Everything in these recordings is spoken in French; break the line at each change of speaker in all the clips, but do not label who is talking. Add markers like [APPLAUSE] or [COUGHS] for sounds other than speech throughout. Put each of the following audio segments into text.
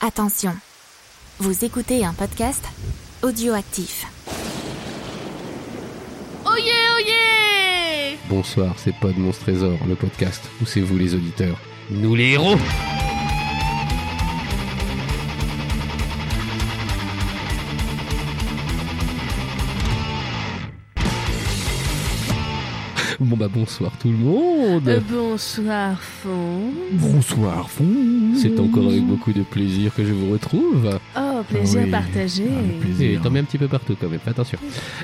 Attention, vous écoutez un podcast audioactif.
Oyez, oyez
Bonsoir, c'est Pod Monstre Trésor, le podcast où c'est vous les auditeurs. Nous les héros Bon bah bonsoir tout le monde
Euh, Bonsoir, Fon.
Bonsoir, fond.
C'est encore avec beaucoup de plaisir que je vous retrouve.
Oh, plaisir
Oui.
partagé.
Ah, le
Et
plaisir.
t'en mets un petit peu partout quand même, fais attention.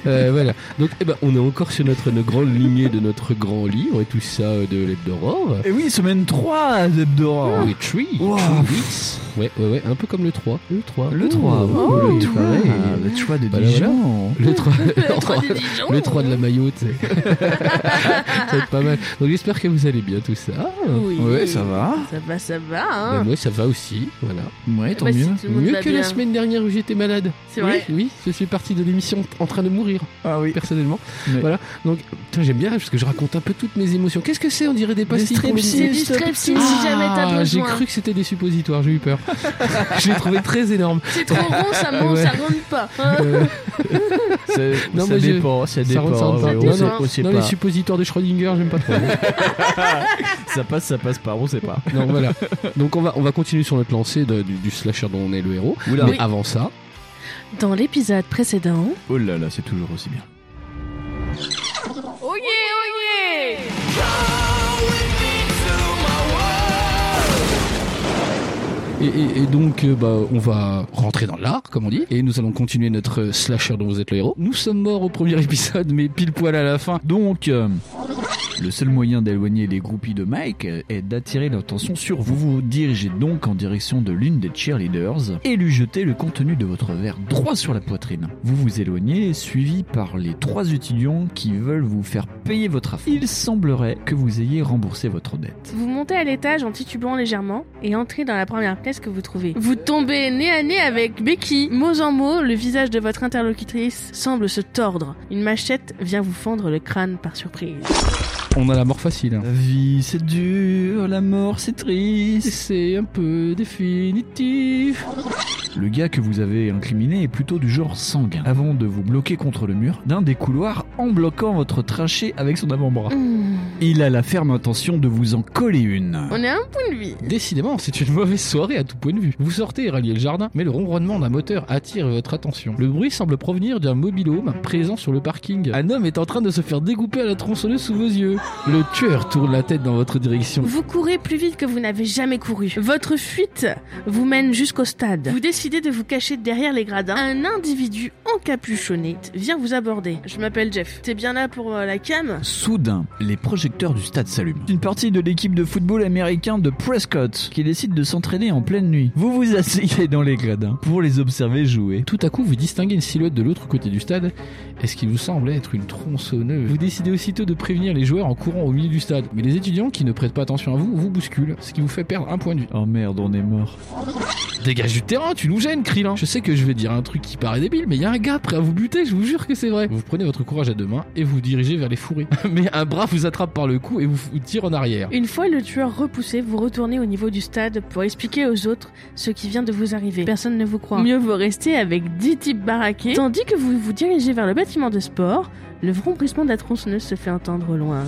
Euh, voilà, donc eh ben, on est encore sur notre, notre grande lignée de notre grand livre et tout ça euh, de l'Hebdoror.
Et oui, semaine 3
Ah.
d'Ebdor.
Oui, Tree,
Wow.
Tree Weeks. Ouais, ouais, ouais, un peu comme le 3. Le 3.
Le 3.
Oh,
le
le
3.
3.
le 3 de
Voilà,
Dijon.
Ah, Le 3.
[LAUGHS] Le 3 de Dijon.
Le 3 de
[LAUGHS]
la maillot, tu sais. ça va être pas mal. Donc j'espère que vous allez bien tout ça.
Oui.
Ouais, ça va.
Ça va, ça va,
Ben,
hein.
moi ça va aussi, voilà.
Ouais, tant
Bah, si
mieux.
tout le monde
Mieux
va
que la
bien.
semaine dernière où j'étais malade.
C'est vrai
Oui, oui, je suis parti de l'émission en train de mourir,
Ah [LAUGHS] oui.
personnellement.
Ouais.
Voilà. Donc, putain, j'aime bien parce que je raconte un peu toutes mes émotions. Qu'est-ce que c'est On dirait des pastilles. pour le
C'est
strepsils.
nez.
du
stop.
strepsils si jamais t'as
Ah, j'ai
besoin.
cru que c'était des suppositoires, j'ai
[LAUGHS]
eu peur. je l'ai trouvé très énorme.
C'est trop rond,
[LAUGHS]
ça monte,
Ouais.
ça rentre pas. hein.
Euh, Non,
Non,
mais
ça,
je-
dépend, ça
ça
dépend,
rentre, ça rentre pas.
ouais,
Non,
on sait-
non,
on sait
Non,
pas.
les suppositoires de Schrödinger, j'aime pas trop.
Ça passe, ça passe pas, on sait pas.
[LAUGHS] non, voilà. Donc on va, on va continuer sur notre lancée de- du, du slasher dont on est le héros.
Oula.
Mais
Oui.
avant ça,
Dans l'épisode précédent.
Oh là là, c'est toujours aussi bien.
Oyez, oyez
et, et- et donc euh, bah, on va rentrer dans l'art, comme on dit, et nous allons continuer notre euh, slasher dont vous êtes le héros. Nous sommes morts au premier [LAUGHS] épisode, mais pile poil à la fin.
Donc, euh, le seul moyen d'éloigner les groupies de Mike euh, est d'attirer l'attention sur vous. Vous vous dirigez donc en direction de l'une des cheerleaders et lui jetez le contenu de votre verre droit sur la poitrine. Vous vous éloignez, suivi par les trois étudiants qui veulent vous faire payer votre affaire. Il semblerait que vous ayez remboursé votre dette.
Vous montez à l'étage en titubant légèrement et entrez dans la première pièce que vous trouvez. Vous tombez nez à nez avec Becky. Mot en mot, le visage de votre interlocutrice semble se tordre. Une machette vient vous fendre le crâne par surprise.
On a la mort facile. hein.
La vie c'est dur, la mort c'est triste.
C'est un peu définitif.
Le gars que vous avez incriminé est plutôt du genre sanguin. Avant de vous bloquer contre le mur d'un des couloirs en bloquant votre trachée avec son avant-bras.
Hmm.
Il a la ferme intention de vous en coller une.
On est à un point de vie.
Décidément, c'est une mauvaise soirée à tout point de vue. Vous sortez et ralliez le jardin, mais le ronronnement d'un moteur attire votre attention. Le bruit semble provenir d'un mobilhome présent sur le parking. Un homme est en train de se faire découper à la tronçonneuse sous vos yeux. Le tueur tourne la tête dans votre direction.
Vous courez plus vite que vous n'avez jamais couru. Votre fuite vous mène jusqu'au stade. Vous décidez de vous cacher derrière les gradins. Un individu encapuchonné vient vous aborder. Je m'appelle Jeff. T'es bien là pour euh, la cam
Soudain, les projecteurs du stade s'allument. Une partie de l'équipe de football américain de Prescott qui décide de s'entraîner en pleine nuit. Vous vous asseyez dans les gradins pour les observer jouer.
Tout à coup, vous distinguez une silhouette de l'autre côté du stade et ce qui vous semble être une tronçonneuse. Vous décidez aussitôt de prévenir les joueurs en courant au milieu du stade. Mais les étudiants qui ne prêtent pas attention à vous vous bousculent, ce qui vous fait perdre un point de vue.
Oh merde, on est mort.
Dégage du terrain, tu nous gênes, Krillin. Je sais que je vais dire un truc qui paraît débile, mais il y a un gars prêt à vous buter, je vous jure que c'est vrai. Vous prenez votre courage à deux mains et vous dirigez vers les fourrés. [LAUGHS] mais un bras vous attrape par le cou et vous, vous tire en arrière.
Une fois le tueur repoussé, vous retournez au niveau du stade pour expliquer aux autres ce qui vient de vous arriver. Personne ne vous croit. Mieux vaut rester avec 10 types baraqués. Tandis que vous vous dirigez vers le bâtiment de sport, le vrombissement de la tronçonneuse se fait entendre au loin.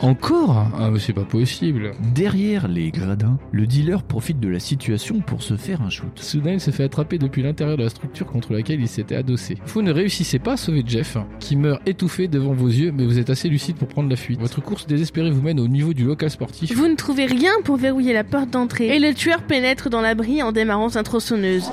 Encore Ah, mais c'est pas possible.
Derrière les gradins, le dealer profite de la situation pour se faire un shoot.
Soudain, il se fait attraper depuis l'intérieur de la structure contre laquelle il s'était adossé. Vous ne réussissez pas à sauver Jeff, qui meurt étouffé devant vos yeux, mais vous êtes assez lucide pour prendre la fuite. Votre course désespérée vous mène au niveau du local sportif.
Vous ne trouvez rien pour verrouiller la porte d'entrée et le tueur pénètre dans l'abri en démarrant sa tronçonneuse.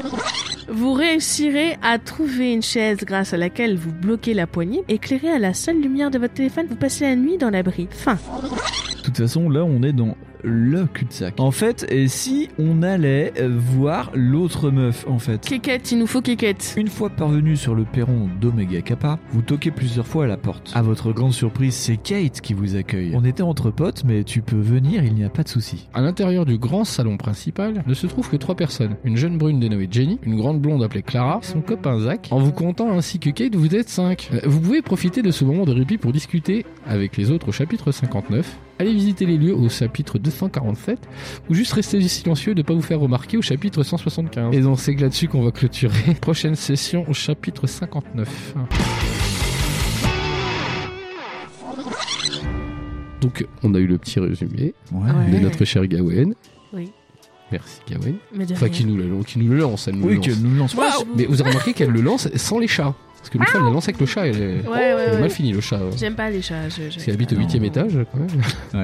Vous réussirez à trouver une chaise grâce à laquelle vous bloquez la poignée. Éclairée à la seule lumière de votre téléphone, vous passez la nuit dans l'abri. Fin.
De toute façon, là, on est dans le cul-de-sac. En fait, et si on allait euh, voir l'autre meuf, en fait
Kékette, il nous faut Kékette.
Une fois parvenu sur le perron d'Omega Kappa, vous toquez plusieurs fois à la porte. À votre grande surprise, c'est Kate qui vous accueille. On était entre potes, mais tu peux venir, il n'y a pas de souci.
À l'intérieur du grand salon principal ne se trouvent que trois personnes. Une jeune brune dénommée Jenny, une grande blonde appelée Clara, son copain Zach. En vous comptant ainsi que Kate, vous êtes cinq. Euh, Vous pouvez profiter de ce moment de répit pour discuter avec les autres au chapitre 59. Allez visiter les lieux au chapitre 250 147, ou juste rester silencieux et ne pas vous faire remarquer au chapitre 175. Et donc c'est que là-dessus qu'on va clôturer. [LAUGHS] Prochaine session au chapitre 59. Donc on a eu le petit résumé
Ouais.
Ouais.
de notre cher Gawain.
Oui.
Merci Gawain.
Mais de
Enfin
rien.
qui nous, la- qui nous le lance, elle nous le
Oui,
lance.
qu'elle nous lance.
Moi, je
Waouh
vous-
Mais vous avez remarqué qu'elle le lance sans les chats. Parce que une fois, elle le lance avec le chat, elle est...
Ouais, ouais,
elle est
ouais.
mal fini le chat. ouais.
J'aime pas les chats. Euh, Je, je-
Parce qu'il habite au
Non.
huitième étage, quand même.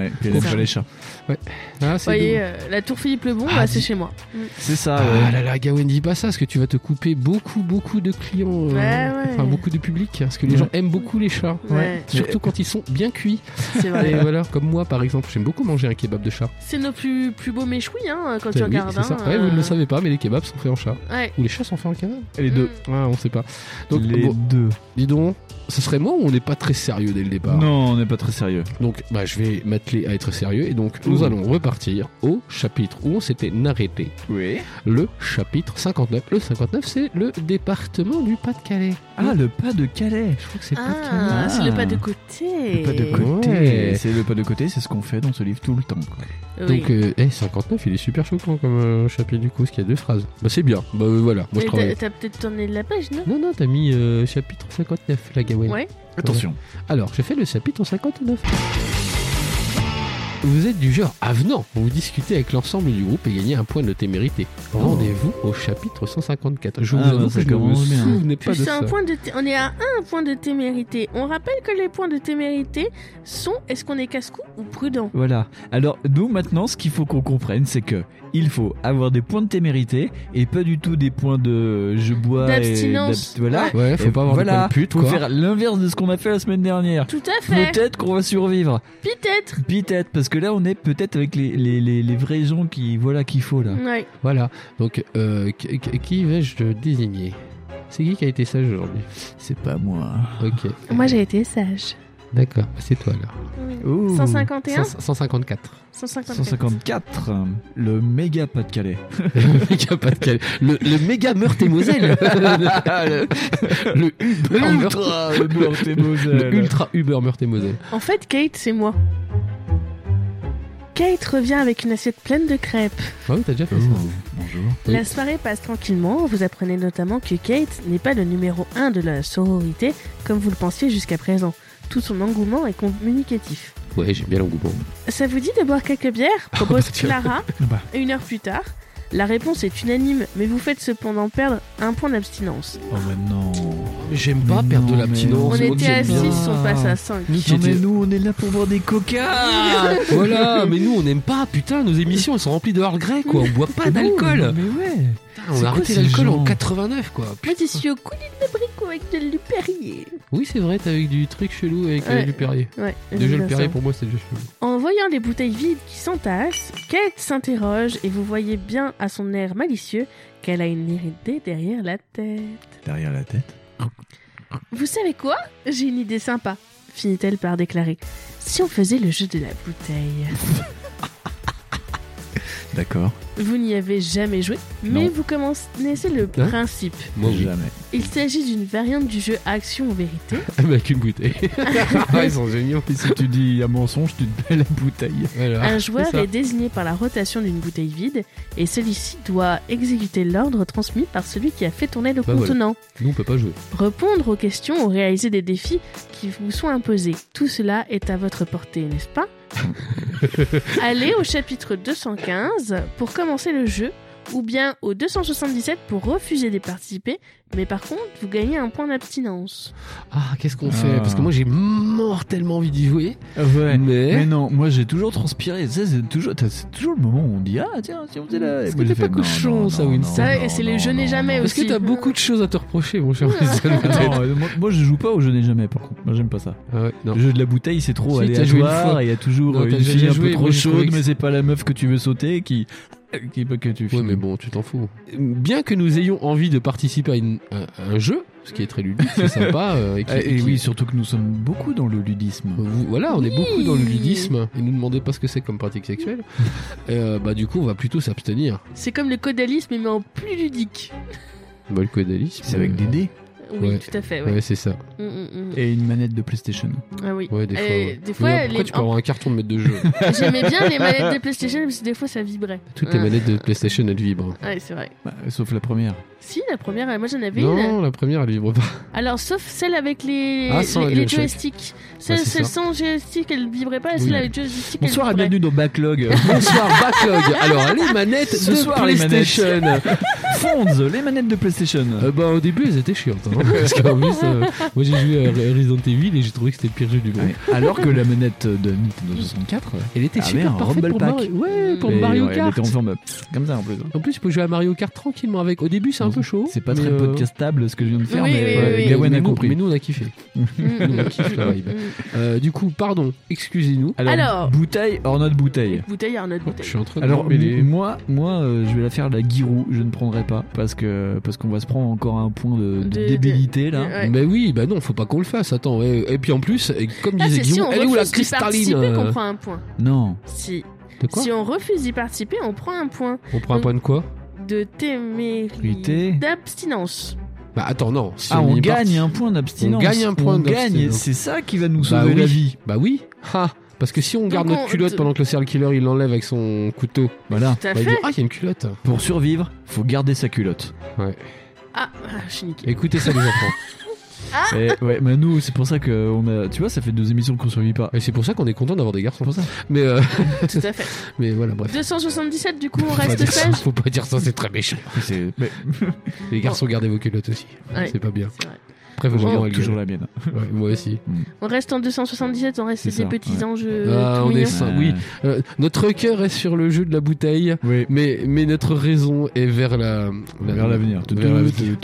Ouais, puis elle aime
Ça.
pas les chats.
Ah,
Vous
c'est doux.
voyez, euh, la tour Philippe le Bon,
Ah,
bah, c'est
dis-
chez moi.
C'est ça,
Ah
ouais.
là là, Gawain, dis pas ça, parce que tu vas te couper beaucoup, beaucoup de clients, euh,
Ouais, ouais.
enfin beaucoup de public, hein, parce que les
Ouais.
gens aiment beaucoup les chats.
Ouais,
Surtout quand ils sont bien cuits.
c'est
Et
vrai.
[LAUGHS] voilà, comme moi par exemple, j'aime beaucoup manger un kebab de chat.
C'est nos plus, plus beaux méchouis, hein, quand tu
Oui,
regardes.
c'est ça.
hein,
Ouais, vous ne
euh,
le savez pas, mais les kebabs sont faits en chat.
Ouais.
Ou les chats sont faits en kebab
Les deux.
Mm.
Ouais, on sait pas. Donc,
les
bon,
deux.
dis donc, ce serait moi ou on n'est pas très sérieux dès le départ
Non, on n'est pas très sérieux.
Donc, bah, je vais m'atteler à être sérieux et donc nous
Ouh.
allons repartir au chapitre où on s'était arrêté.
Oui.
Le chapitre 59. Le 59, c'est le département du Pas-de-Calais.
Ah, le pas de Calais.
je crois que c'est Pas-de-Calais.
Ah, c'est le pas de
Ah.
côté.
Le pas de côté.
Ouais.
C'est le pas de côté, c'est ce qu'on fait dans ce livre tout le temps. quoi.
Oui.
Donc, euh, eh, 59, il est super choquant comme euh, chapitre du coup, parce qu'il y a deux phrases. Bah, c'est bien. Bah, euh, voilà. Moi,
Mais
je
t'as-
travaille.
T'as peut-être tourné de la page, non
Non, non, t'as mis euh, chapitre 59, la Gawain.
Ouais.
Attention.
Alors, j'ai fait le chapitre 59. Vous êtes du genre avenant. Vous discutez avec l'ensemble du groupe et gagnez un point de témérité. Rendez-vous au chapitre 154. Je vous
Oh. Ah,
avoue
bah,
que
ça
je ne me
commence bien.
souvenais pas de
Putain,
ça.
un point de té- on est à un point de témérité. On rappelle que les points de témérité sont est-ce qu'on est casse-cou ou prudent
Voilà. Alors, nous, maintenant, ce qu'il faut qu'on comprenne, c'est que il faut avoir des points de témérité et pas du tout des points de je bois et
D'abstinence.
d'ab- Voilà.
Ouais.
Ouais, faut
Et
pas avoir
voilà,
de point de pute,
faut
quoi.
faire l'inverse de ce qu'on a fait la semaine dernière.
Tout à fait.
Peut-être qu'on va survivre.
Peut-être.
Peut-être, parce que là, on est peut-être avec les, les, les, les vrais gens qui voilà qu'il faut là.
Ouais.
Voilà. Donc, euh, qui, qui- qui vais-je te désigner C'est qui qui a été sage aujourd'hui
C'est pas moi.
Ok.
Moi j'ai été sage.
D'accord, c'est toi là.
Ouh.
151
Cent- 154.
154.
154, euh, le méga pas de Calais.
[LAUGHS] le méga pas de Calais. Le, le méga meurtre et Moselle. [LAUGHS] le, le Uber Meurthe-
Ultra, le Meurthe et Moselle.
Le ultra Uber Ah Meurthe et Moselle.
En fait, Kate, c'est moi. Kate revient avec une assiette pleine de crêpes.
Ah oui, t'as déjà fait
Oh,
ça.
bonjour.
Oui.
La soirée passe tranquillement, vous apprenez notamment que Kate n'est pas le numéro 1 de la sororité comme vous le pensiez jusqu'à présent. Tout son engouement est communicatif.
Ouais, j'aime bien l'engouement.
Ça vous dit de boire quelques bières
[LAUGHS]
propose
tiens.
Clara
Bah.
une heure plus tard. La réponse est unanime, mais vous faites cependant perdre un point d'abstinence.
Oh, bah non.
J'aime pas
Non,
perdre de
mais-
l'abstinence.
Oh,
On
moi,
était
j'aime
à 6,
bien.
on passe à 5.
Nous,
Non,
t'étais-
mais nous, on est là pour boire des
Ah,
coca.
Voilà, mais nous on n'aime pas, putain, nos émissions elles sont remplies de hard grey quoi, on boit pas d'alcool.
Mais ouais.
Putain,
C'est
On a
quoi
arrêté
ces
l'alcool
gens
en 89 quoi.
Moi, je suis au coulis de d'abricot avec de l'huile Perrier.
Oui, c'est vrai, t'as avec du truc chelou avec
Ouais.
euh, du Perrier.
Ouais,
Déjà
j'aime
le
bien
Perrier
ça.
pour moi c'est déjà chelou.
En voyant les bouteilles vides qui s'entassent, Kate s'interroge et vous voyez bien à son air malicieux qu'elle a une idée derrière la tête.
Derrière la tête.
Vous savez quoi J'ai une idée sympa, finit-elle par déclarer. Si on faisait le jeu de la bouteille.
D'accord.
Vous n'y avez jamais joué, mais
Non.
vous connaissez le
Hein
principe.
Moi oui.
Jamais.
Il s'agit d'une variante du jeu Action ou Vérité.
[LAUGHS] Avec une [LAUGHS] bouteille. ah, ils sont géniaux.
Et si [LAUGHS] tu dis un mensonge, tu te mets la bouteille.
[LAUGHS] Voilà.
Un joueur
Ah, c'est ça.
est désigné par la rotation d'une bouteille vide et celui-ci doit exécuter l'ordre transmis par celui qui a fait tourner le
Bah voilà.
contenant.
Nous on peut pas jouer.
Répondre aux questions ou réaliser des défis qui vous sont imposés. Tout cela est à votre portée,
[LAUGHS]
n'est-ce pas Allez au chapitre 215 pour commencer le jeu ou bien au 277 pour refuser d'y participer, mais par contre, vous gagnez un point d'abstinence.
Ah, qu'est-ce qu'on
Ah.
fait Parce que moi j'ai mortellement envie d'y jouer.
Ouais.
Ah Mais.
Mais non, moi j'ai toujours transpiré. Ça, C'est toujours, t'as- c'est toujours le moment où on dit Ah, tiens, si on faisait là.
Est-ce
Et moi,
que
j'ai
t'es pas
fait,
cochon,
non, non,
ça,
non,
Wins
non,
Ça,
non,
et c'est
non,
les je n'ai
non,
jamais
non.
aussi.
Parce que t'as beaucoup de choses à te reprocher, mon cher Wilson,
[LAUGHS]
peut-être.
[LAUGHS] Non, euh, moi, moi, je joue pas au je n'ai jamais par contre. Moi j'aime pas ça.
Ah ouais, non.
Le jeu de la bouteille c'est trop
Si,
aller
t'as
à
joué une
voir
fois.
et il y a toujours
Non,
euh,
t'as
une
déjà
fille un
joué,
peu
mais
trop
j'ai trouvé
chaude
que
mais c'est pas la meuf que tu veux sauter qui qui que tu
Ouais,
finis.
mais bon, tu t'en fous. Bien que nous ayons envie de participer à, une- à un jeu, ce qui est très ludique, c'est sympa. euh, et qui-
Ah, Et,
qui-
oui, surtout que nous sommes beaucoup dans le ludisme.
Vous- Voilà, on est
Oui.
beaucoup dans le ludisme. Et nous demandez pas ce que c'est comme pratique sexuelle. Euh, bah, du coup, on va plutôt s'abstenir.
C'est comme le caudalisme, mais en plus ludique.
Bah, le caudalisme,
C'est avec
euh,
des dés.
Oui,
Ouais.
tout à fait.
Ouais,
Ouais.
c'est ça.
Mm, mm, mm.
Et une manette de PlayStation.
Ah oui.
Ouais, des fois.
Et
ouais.
des fois,
Mais
les-
Pourquoi tu peux avoir un carton de mettre de
[LAUGHS]
jeu
J'aimais bien les manettes de PlayStation parce que des fois ça vibrait.
Toutes les
Ouais.
manettes de PlayStation, elles vibrent.
Ouais, c'est vrai.
Bah, sauf la première.
Si, la première, euh, moi j'en avais une.
Non, la première, elle vibre pas.
Alors, sauf celle avec les,
Ah, sans
les,
le
les
DualShock.
joysticks. Celle,
c'est
celle
ça.
sans joystick, elle vibrait pas. et
Oui.
Celle avec joystick, elle
Bonsoir et
vibrait.
bienvenue dans Backlog.
[LAUGHS]
Bonsoir, backlog. Alors, les manettes
Ce
de
soir, les [LAUGHS]
PlayStation.
Fonds, les manettes de PlayStation.
Euh, bah, au début, elles étaient chiantes. hein, parce qu'en plus, euh, moi j'ai joué à Resident Evil et j'ai trouvé que c'était le pire jeu du monde.
Ouais. Ah, Alors que la manette de Nintendo 64,
Elle était
Ah,
super
merde,
parfaite
Rumble
pour,
Pack.
Mario- ouais, pour
et
Mario
ouais, elle
Kart.
était en forme. Comme ça en plus.
En plus, tu peux jouer à Mario Kart tranquillement avec. Au début, c'est un peu chaud.
C'est pas
mais,
très
euh,
podcastable ce que je viens de faire,
Oui,
mais
oui,
euh,
oui.
Gawain
mais
a
nous-
compris.
Mais nous, on a kiffé.
Mm, mm,
On kiffe la
mm,
vibe. [LAUGHS]
mm.
Euh, du coup, pardon, excusez-nous.
Alors-
bouteille or not bouteille.
Bouteille, Arnaud,
Je
bouteille.
suis en train de
Alors
me mêler.
m- moi, moi, euh, je vais la faire la guirou. Je ne prendrai pas parce que parce qu'on va se prendre encore un point de, de
De-
débilité là.
Ouais.
Mais oui, bah non, faut pas qu'on le fasse. Attends, ouais. et puis en plus, et comme
Ah,
disait
c'est si
Guillaume,
on
elle est où la
refuse d'y
cristalline
participer qu'on
euh,
prend un point.
Non,
Si.
De quoi
si on refuse d'y participer, on prend un point
On prend un point de quoi
de témérité
Témérité.
d'abstinence.
Bah attends, non. Si
ah, on,
y est
gagne
parti-
un point d'abstinence.
On gagne un point
On gagne.
d'abstinence.
C'est ça qui va nous
Bah
sauver
oui.
la vie.
Bah oui. Ha Parce que si on garde
Donc
notre
on-
culotte pendant que le serial killer il l'enlève avec son couteau,
Voilà.
Tout à
bah, il dit
fait.
Ah, il y a une culotte.
Pour survivre, faut garder sa culotte.
Ah, ah, je suis niqué.
Écoutez ça, les enfants.
Ah.
Et, ouais, mais nous, c'est pour ça que on a. Tu vois, ça fait deux émissions qu'on survit pas.
Et c'est pour ça qu'on est content d'avoir des garçons.
C'est pour ça.
Mais, euh,
Tout à
[LAUGHS]
fait.
mais voilà, bref.
277, du coup, on
Faut pas
reste
dire ça,
sage.
Faut pas dire ça, c'est très méchant.
C'est mais-
Les garçons, gardez vos culottes aussi.
Ouais.
C'est pas bien.
C'est vrai.
Après, faut
Toujours-
voir elle
Oh, toujours
gueule.
la mienne.
Ouais, Moi aussi.
On reste en 277, on reste
C'est
des
ça,
petits
ouais.
anges
Ah,
tout
on est
mignons.
Ça, oui. Euh, notre cœur est sur le jeu de la bouteille,
Oui.
mais, mais notre raison est vers la. la-
Vers l'avenir.
vers l'avenir.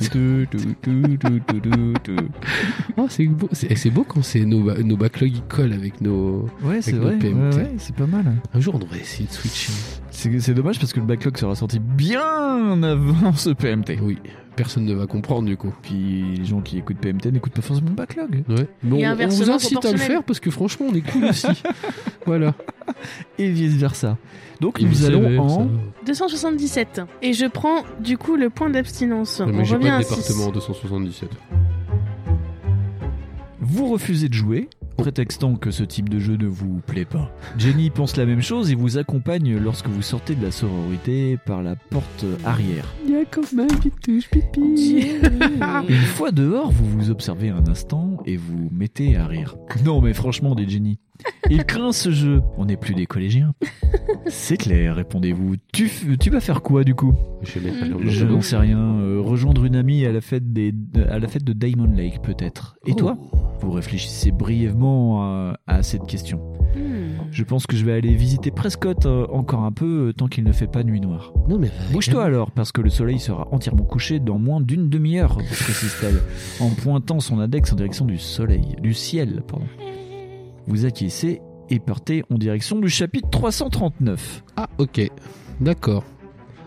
Oh, c'est beau. C'est c'est beau quand c'est nos, ba- nos backlogs ils collent avec nos.
Ouais, c'est
Avec
vrai.
notre PMT.
Ouais, ouais, c'est pas mal.
Un jour, on devrait essayer de switcher.
C'est c'est dommage parce que le backlog sera sorti bien avant ce PMT.
Oui, personne ne va comprendre du coup.
Puis les gens qui écoutent PMT n'écoutent pas forcément le backlog.
Ouais. Bon, on vous
inversement
incite à le
proportionnel.
faire parce que franchement, on est cool
[LAUGHS]
aussi. voilà.
Et vice versa. Donc
Et vous
nous allons
savez,
en.
ça-
277. Et je prends, du coup, le point d'abstinence.
Non,
on
mais j'ai
revient
pas
à
de
six.
département en 277.
Vous refusez de jouer, prétextant que ce type de jeu ne vous plaît pas. Jenny pense la même chose et vous accompagne lorsque vous sortez de la sororité par la porte arrière. Une fois dehors, vous vous observez un instant et vous mettez à rire. Non mais franchement, des génies. Il craint ce jeu. On n'est plus des collégiens. C'est clair, répondez-vous. Tu, f- tu vas faire quoi du coup
Je vais mettre
Mm.
la langue dans
Je
la
n'en
bouche.
sais rien. Euh, rejoindre une amie à la fête, des, à la fête de Diamond Lake peut-être. Et toi Vous réfléchissez brièvement à, à cette question.
Hmm.
[LAUGHS] Je pense que je vais aller visiter Prescott euh, encore un peu euh, tant qu'il ne fait pas nuit noire.
Non, mais. euh,
Bouge-toi alors, parce que le soleil sera entièrement couché dans moins d'une demi-heure, précise-t-elle, en pointant son index en direction du soleil, du ciel, pardon. Vous acquiescez et partez en direction du chapitre 339.
Ah, ok. D'accord.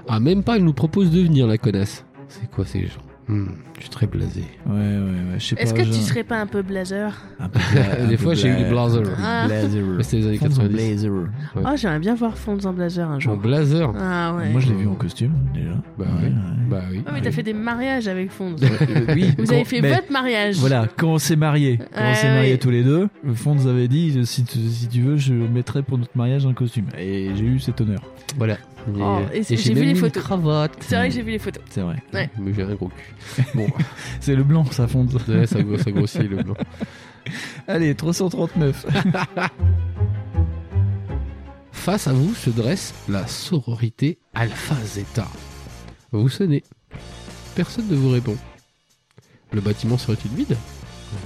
Ah, même pas, elle nous propose de venir, la connasse. C'est quoi ces gens Hmm, Je suis très blasé.
Ouais, ouais, ouais, je sais pas.
Est-ce que
je-
tu serais pas un peu blazer
Un peu [LAUGHS] bla-
Des
un
fois,
peu
j'ai eu
bla-
des blazers.
Ah.
un peu blazer.
Mais C'était les années
Fonds en
90.
blazer.
Ouais.
Oh, j'aimerais bien voir Fonz en blazer un
En
jour.
blazer
Ah ouais.
Moi, je l'ai vu en costume, déjà.
Bah
Ouais,
oui.
ouais.
Bah oui.
Oh, mais t'as fait des mariages avec Fonz.
Euh, oui,
Vous
quand-
avez fait
mais-
votre mariage.
Voilà, quand on s'est mariés, quand on
Ouais,
s'est mariés
ouais.
tous les deux, le fond nous avait dit si tu, si tu veux, je mettrai pour notre mariage un costume. Et j'ai eu cet honneur.
Voilà. Et-
Oh, et c'est-
et
j'ai vu
même
les
une
photos.
cravate.
C'est vrai que j'ai vu les photos.
C'est vrai.
Mais j'ai un gros cul.
C'est le blanc, ça fonde.
Ouais, ça, gros- ça grossit le blanc.
Allez, 339.
Face à vous se dresse la sororité Alpha Zeta. Vous sonnez. Personne ne vous répond. Le bâtiment serait-il vide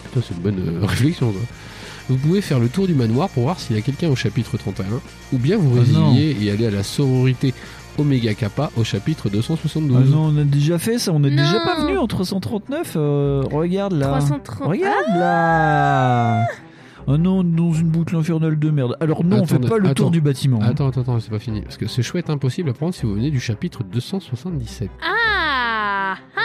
Putain, c'est une bonne euh, réflexion. ça. Vous pouvez faire le tour du manoir pour voir s'il y a quelqu'un au chapitre 31, ou bien vous
Ah non.
résiliez et aller à la sororité Omega Kappa au chapitre 272.
Ah non, on a déjà fait ça, on est
Non.
déjà pas venu en 339. euh, regarde là.
330.
Regarde là. Oh non, dans une boucle infernale de merde. Alors non, on
Attendez,
fait pas le
attends.
tour du bâtiment.
Attends, attends, attends, c'est pas fini. Parce que c'est chouette impossible à prendre si vous venez du chapitre 277.
Ah Ah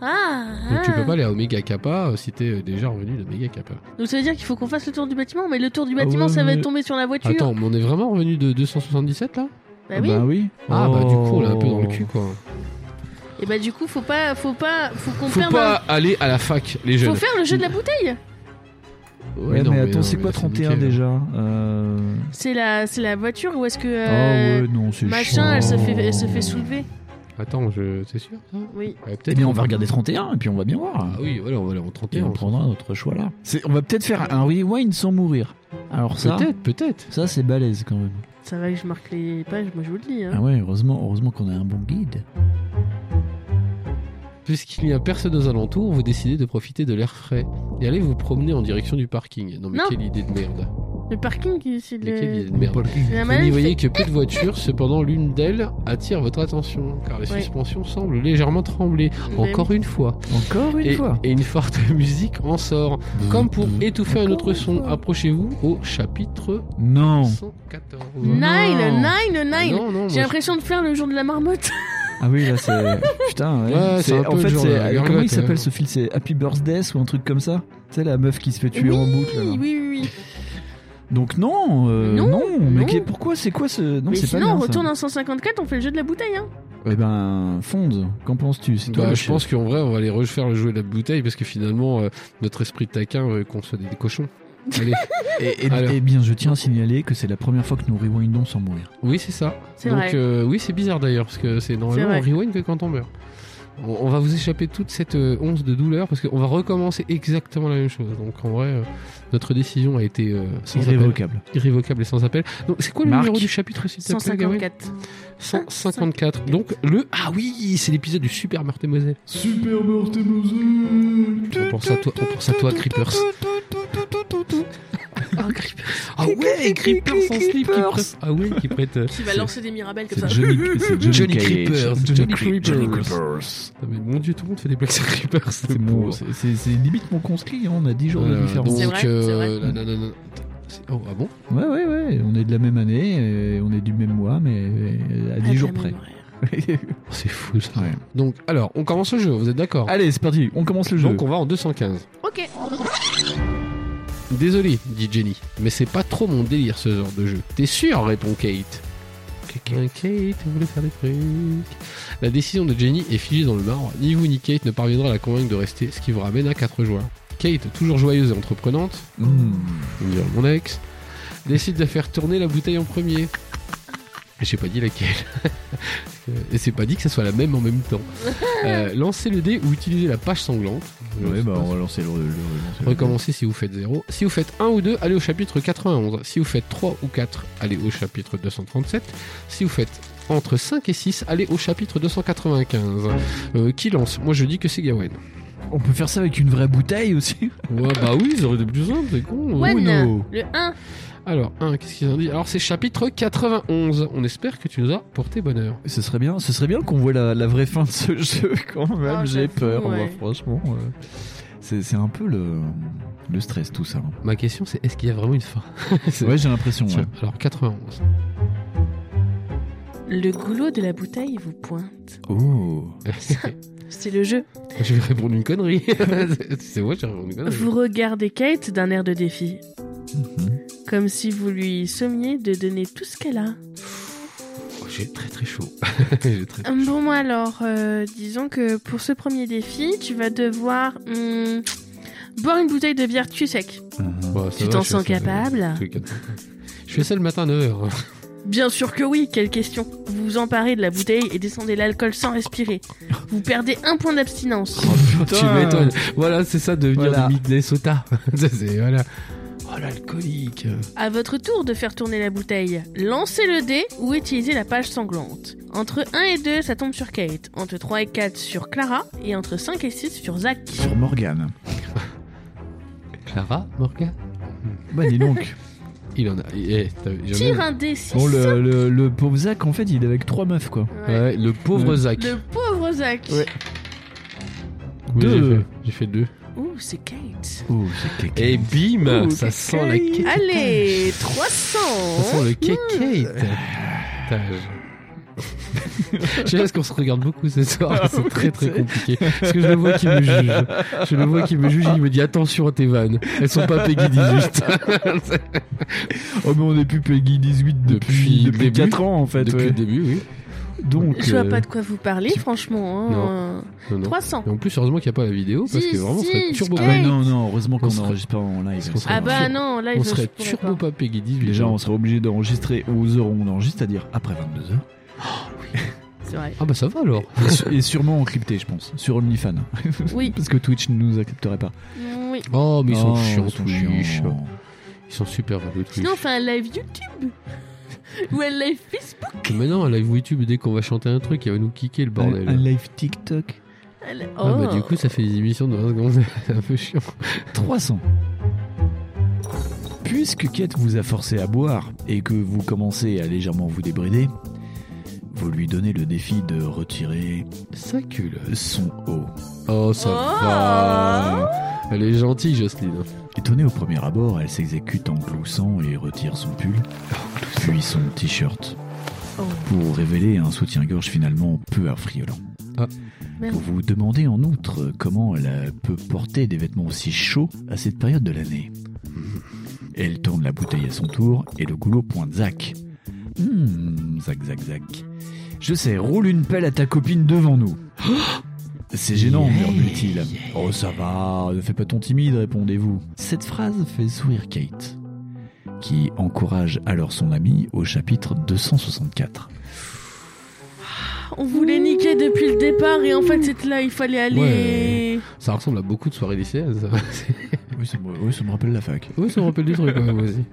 Ah
Donc tu peux
ah.
pas aller à Omega Kappa euh, si t'es euh, déjà revenu d'Omega Kappa.
Donc ça veut dire qu'il faut qu'on fasse le tour du bâtiment, mais le tour du
Ah
bâtiment
ouais,
ça va
mais-
tomber sur la voiture.
Attends, mais on est vraiment revenu de 277 là bah,
Bah oui.
oui.
Ah bah du coup on est un peu dans le
Oh.
cul quoi.
Et bah du coup, faut pas, faut pas, faut qu'on
Faut
perde.
pas aller à la fac, les
un- Faut
jeunes.
faire le jeu de la bouteille.
Ouais,
non,
mais attends,
non,
c'est hein. quoi
là,
31
nickel.
déjà euh...
C'est la, c'est la voiture ou est-ce que
Ah
euh,
ouais, non, c'est
machin, elle se fait, elle se fait
chiant.
soulever.
Attends, je... c'est sûr ça
Oui.
Ouais,
Eh
peut-être.
bien, on va regarder 31 et puis on va bien
Ah
voir.
oui, voilà, on va aller en
Et
31.
on prendra notre choix là. C'est- On va peut-être faire un rewind sans mourir. Alors ça,
Peut-être, peut-être.
ça c'est balèze quand même.
Ça va que je marque les pages, moi je vous le dis. hein.
Ah ouais, heureusement, heureusement qu'on a un bon guide.
Puisqu'il n'y a personne aux alentours, vous décidez de profiter de l'air frais et allez vous promener en direction du parking. Non mais
Non.
quelle idée de merde.
Ah.
Le parking, qui- c'est
Mais quelle idée
le.
de merde.
c'est la
Vous n'y
manette,
voyez que peu de voitures, cependant l'une d'elles attire votre attention, car les
Ouais.
suspensions semblent légèrement trembler,
Mais
encore une fois.
Encore une
et,
fois.
et une forte [LAUGHS] musique en sort. Comme pour
Euh,
étouffer un
Encore
autre
une
son,
fois.
approchez-vous au chapitre
Non.
114.
Nine, nine,
Ah
nine.
non, non,
J'ai
moi,
l'impression de faire le jour de la marmotte.
Ah oui,
[LAUGHS]
là c'est. Putain, ouais.
Ouais, c'est un
en
peu
fait,
le genre euh, hein. de
c'est.
la
Comment il
gargote, ouais.
s'appelle ce film C'est Happy Birthday ou un truc comme ça Tu sais, la meuf qui se fait tuer en boucle. là.
Oui, oui, oui.
Donc non, euh,
Non,
non, mais
non.
qu'est- pourquoi C'est quoi ce. Non,
Mais
c'est pas
sinon,
bien,
on
ça.
retourne en 154, on fait le jeu de la bouteille. Hein.
Eh ben, Fonde, qu'en penses-tu C'est toi
Bah,
le
je
chef.
pense qu'en vrai, on va aller refaire le jeu de la bouteille parce que finalement, euh, notre esprit de taquin veut qu'on soit des,
[LAUGHS]
des cochons. Allez.
Et, et-
Alors.
eh bien, je tiens à signaler que c'est la première fois que nous rewindons sans mourir.
Oui, c'est ça.
C'est
Donc,
vrai.
euh, oui, c'est bizarre d'ailleurs parce que c'est normalement on
vrai.
rewind que quand on meurt. On, on va vous échapper toute cette euh, once de douleur parce qu'on va recommencer exactement la même chose. Donc, en vrai, euh, notre décision a été euh, sans appel.
Irrévocable.
irrévocable et sans appel. Donc, c'est quoi le
Marc.
numéro du chapitre s'il te plaît, Gabriel
154.
154. Donc, le. Ah oui, c'est l'épisode du Super Meurthe et Moselle.
Super Mortemozo
On pense à toi, on pense à toi, Creepers.
Oh, Creeper.
[LAUGHS] Ah ouais, Creepers en slip. qui prête- Ah ouais, qui prête. euh,
Qui va lancer des mirabelles comme ça.
C'est Johnny,
[LAUGHS]
c'est Johnny,
Johnny
Cage.
Creepers,
Johnny,
Johnny
Cre- Johnny
Creepers.
Creepers.
Ah, mais mon dieu, tout le monde fait des blagues sur Creepers.
C'est mon- c'est- c'est- c'est limite mon conscrit, hein, on a 10 jours de
Voilà,
différence.
donc,
C'est vrai, c'est vrai.
euh, la- la- la- la- c'est- Oh, ah bon
Ouais, ouais, ouais, on est de la même année, euh, on est du même mois, mais euh,
Ah,
à 10 jours près.
C'est fou ça.
Ouais.
Donc, alors, on commence le jeu, vous êtes d'accord
Allez, c'est parti, on commence le jeu.
Donc, on va en 215.
Ok.
Oh
Désolé, dit Jenny, mais c'est pas trop mon délire ce genre de jeu. T'es sûr répond Kate. Quelqu'un, Kate, vous voulez faire des trucs La décision de Jenny est figée dans le marbre. Ni vous ni Kate ne parviendra à la convaincre de rester, ce qui vous ramène à 4 joueurs. Kate, toujours joyeuse et entreprenante,
Mmh.
on dirait mon ex, décide de faire tourner la bouteille en premier. Et J'ai pas dit laquelle. [LAUGHS] Et c'est pas dit que ça soit la même en même
[LAUGHS]
temps. Euh, lancez le dé ou utilisez la page sanglante. Je
Ouais,
sais
bah
pas.
on va lancer le. le- le- le-
Recommencez si vous faites 0. Si vous faites 1 ou 2, allez au chapitre 91. Si vous faites 3 ou 4, allez au chapitre 237. Si vous faites entre 5 et 6, allez au chapitre 295. Euh, qui lance Moi je dis que c'est Gawain.
On peut faire ça avec une vraie bouteille aussi.
Ouais, bah oui, ça aurait été plus simple, c'est con. euh,
One.
Uno.
Le 1.
Alors, hein, qu'est-ce qu'ils ont dit Alors, c'est chapitre 91. On espère que tu nous as porté bonheur.
Ce serait bien, ce serait bien qu'on voit la, la vraie fin de ce jeu quand même.
Ah,
J'ai
j'avoue,
peur, moi,
ouais.
franchement. euh, c'est c'est un peu le, le stress tout ça. hein.
Ma question, c'est est-ce qu'il y a vraiment une fin C'est-
Ouais, j'ai l'impression. ouais.
Tiens, Alors, 91.
Le goulot de la bouteille vous pointe.
Oh.
[LAUGHS]
C'est le jeu.
je vais répondre une connerie. [LAUGHS] c'est moi, je vais répondre une connerie.
Vous regardez Kate d'un air de défi,
Mhm.
comme si vous lui sommiez de donner tout ce qu'elle a.
Oh, J'ai très très chaud. [LAUGHS] J'ai très-
Hum, Bon, moi, alors, euh, disons que pour ce premier défi, tu vas devoir hum, boire une bouteille de bière cul sec.
Euh.
Bah, ça
Tu
va,
t'en
je suis
sens
assez-
capable
je suis capable. [LAUGHS] Je fais ça le matin à [LAUGHS] 9h.
Bien sûr que oui, quelle question Vous vous emparez de la bouteille et descendez l'alcool sans respirer. Vous perdez un point d'abstinence.
tu m'étonnes. Oh, Voilà, c'est ça devenir
Voilà.
du Minnesota. [LAUGHS] Ça, c'est- voilà. Oh, l'alcoolique.
À votre tour de faire tourner la bouteille, lancez le dé ou utilisez la page sanglante. Entre 1 et 2, ça tombe sur Kate. Entre 3 et 4, sur Clara. Et entre 5 et 6, sur Zach.
Sur Morgane.
Clara, Morgan
Bah dis donc.
Il en a. eh, t'as- j'en ai-
Tire un dé 6.
bon, le, le, le pauvre Zach, en fait, il est avec trois meufs quoi.
Ouais.
Oh Ouais, le pauvre
Le-
Zach.
Le pauvre Zach.
Ouais.
Oui,
Deux.
j'ai fait- J'ai fait deux.
Ouh, c'est Kate.
Oh, c'est quelqu'un.
Et bim,
Oh,
Eh ben, ça
le
sent la
cake.
cake.
Allez,
Ça
300.
sent le cake. Putain, [LAUGHS] je- Je sais parce qu'on se regarde beaucoup ce soir,
Ah,
c'est très [LAUGHS] très
putain.
compliqué. Parce que je le vois qui me juge. Je le vois qui me juge, il me dit attention à tes vannes, elles sont pas Peggy [LAUGHS] 18.
Oh, mais on est plus Peggy 18 depuis,
Depuis le
depuis,
début.
4 ans en fait.
Depuis
ouais.
le début, oui.
Donc,
Je vois
euh,
pas de quoi vous parler, franchement. hein.
Non.
Euh,
Non, non.
300.
Et en plus, heureusement qu'il n'y a pas la vidéo, parce
Si,
que vraiment, on serait
si,
turbo
je
pas-
ah ouais, non, non, heureusement qu'on
On serait-
n'enregistre pas en live.
on serait-
Ah bah
on-
non, là,
on
je-
serait
je pourrais pas.
turbo pas Peggy 18.
Déjà, on serait obligé d'enregistrer aux heures où on enregistre, c'est-à-dire après 22h.
C'est
[LAUGHS]
vrai.
Ah bah ça va alors.
Et su- Et sûrement en crypté, je pense, sur OnlyFans. [LAUGHS]
Oui.
Parce que Twitch ne nous accepterait pas.
Oui.
Oh, mais ils sont
Oh,
chiants,
ils sont
tous
chiants.
riches. Ils sont super vers le Twitch.
Sinon, on fait un live YouTube. [LAUGHS] Ou un live Facebook.
Mais non, un live YouTube, dès qu'on va chanter un truc, il va nous kicker le bordel.
Un, un live TikTok.
Un li-
Ah bah
Oh.
du coup, ça fait des émissions de 20 secondes. [LAUGHS] C'est un peu chiant.
300. Puisque Kate vous a forcé à boire et que vous commencez à légèrement vous débrider, vous lui donnez le défi de retirer
Ça cule.
son haut.
Oh, ça
Oh. Ah.
va. Elle est gentille, Jocelyne.
Étonnée au premier abord, elle s'exécute en gloussant et retire son pull, puis son t-shirt,
Oh.
pour révéler un soutien-gorge finalement peu affriolant.
Ah.
Merde.
Vous vous demandez en outre comment elle a- peut porter des vêtements aussi chauds à cette période de l'année. Elle tourne la bouteille à son tour et le goulot pointe Zach. Hmm, Zach, Zach, Zach. Je sais, roule une pelle à ta copine devant nous. C'est gênant, murmure-t-il. Oh, ça va, ne fais pas ton timide, répondez-vous. Cette phrase fait sourire Kate, qui encourage alors son ami au chapitre 264.
On voulait niquer depuis le départ et en fait, c'est là, il fallait aller.
Ça ressemble à beaucoup de soirées lycéennes. ça. [LAUGHS]
Oui, ça me, oui, ça me rappelle la fac.
Oui, ça me rappelle des trucs, ouais, moi aussi.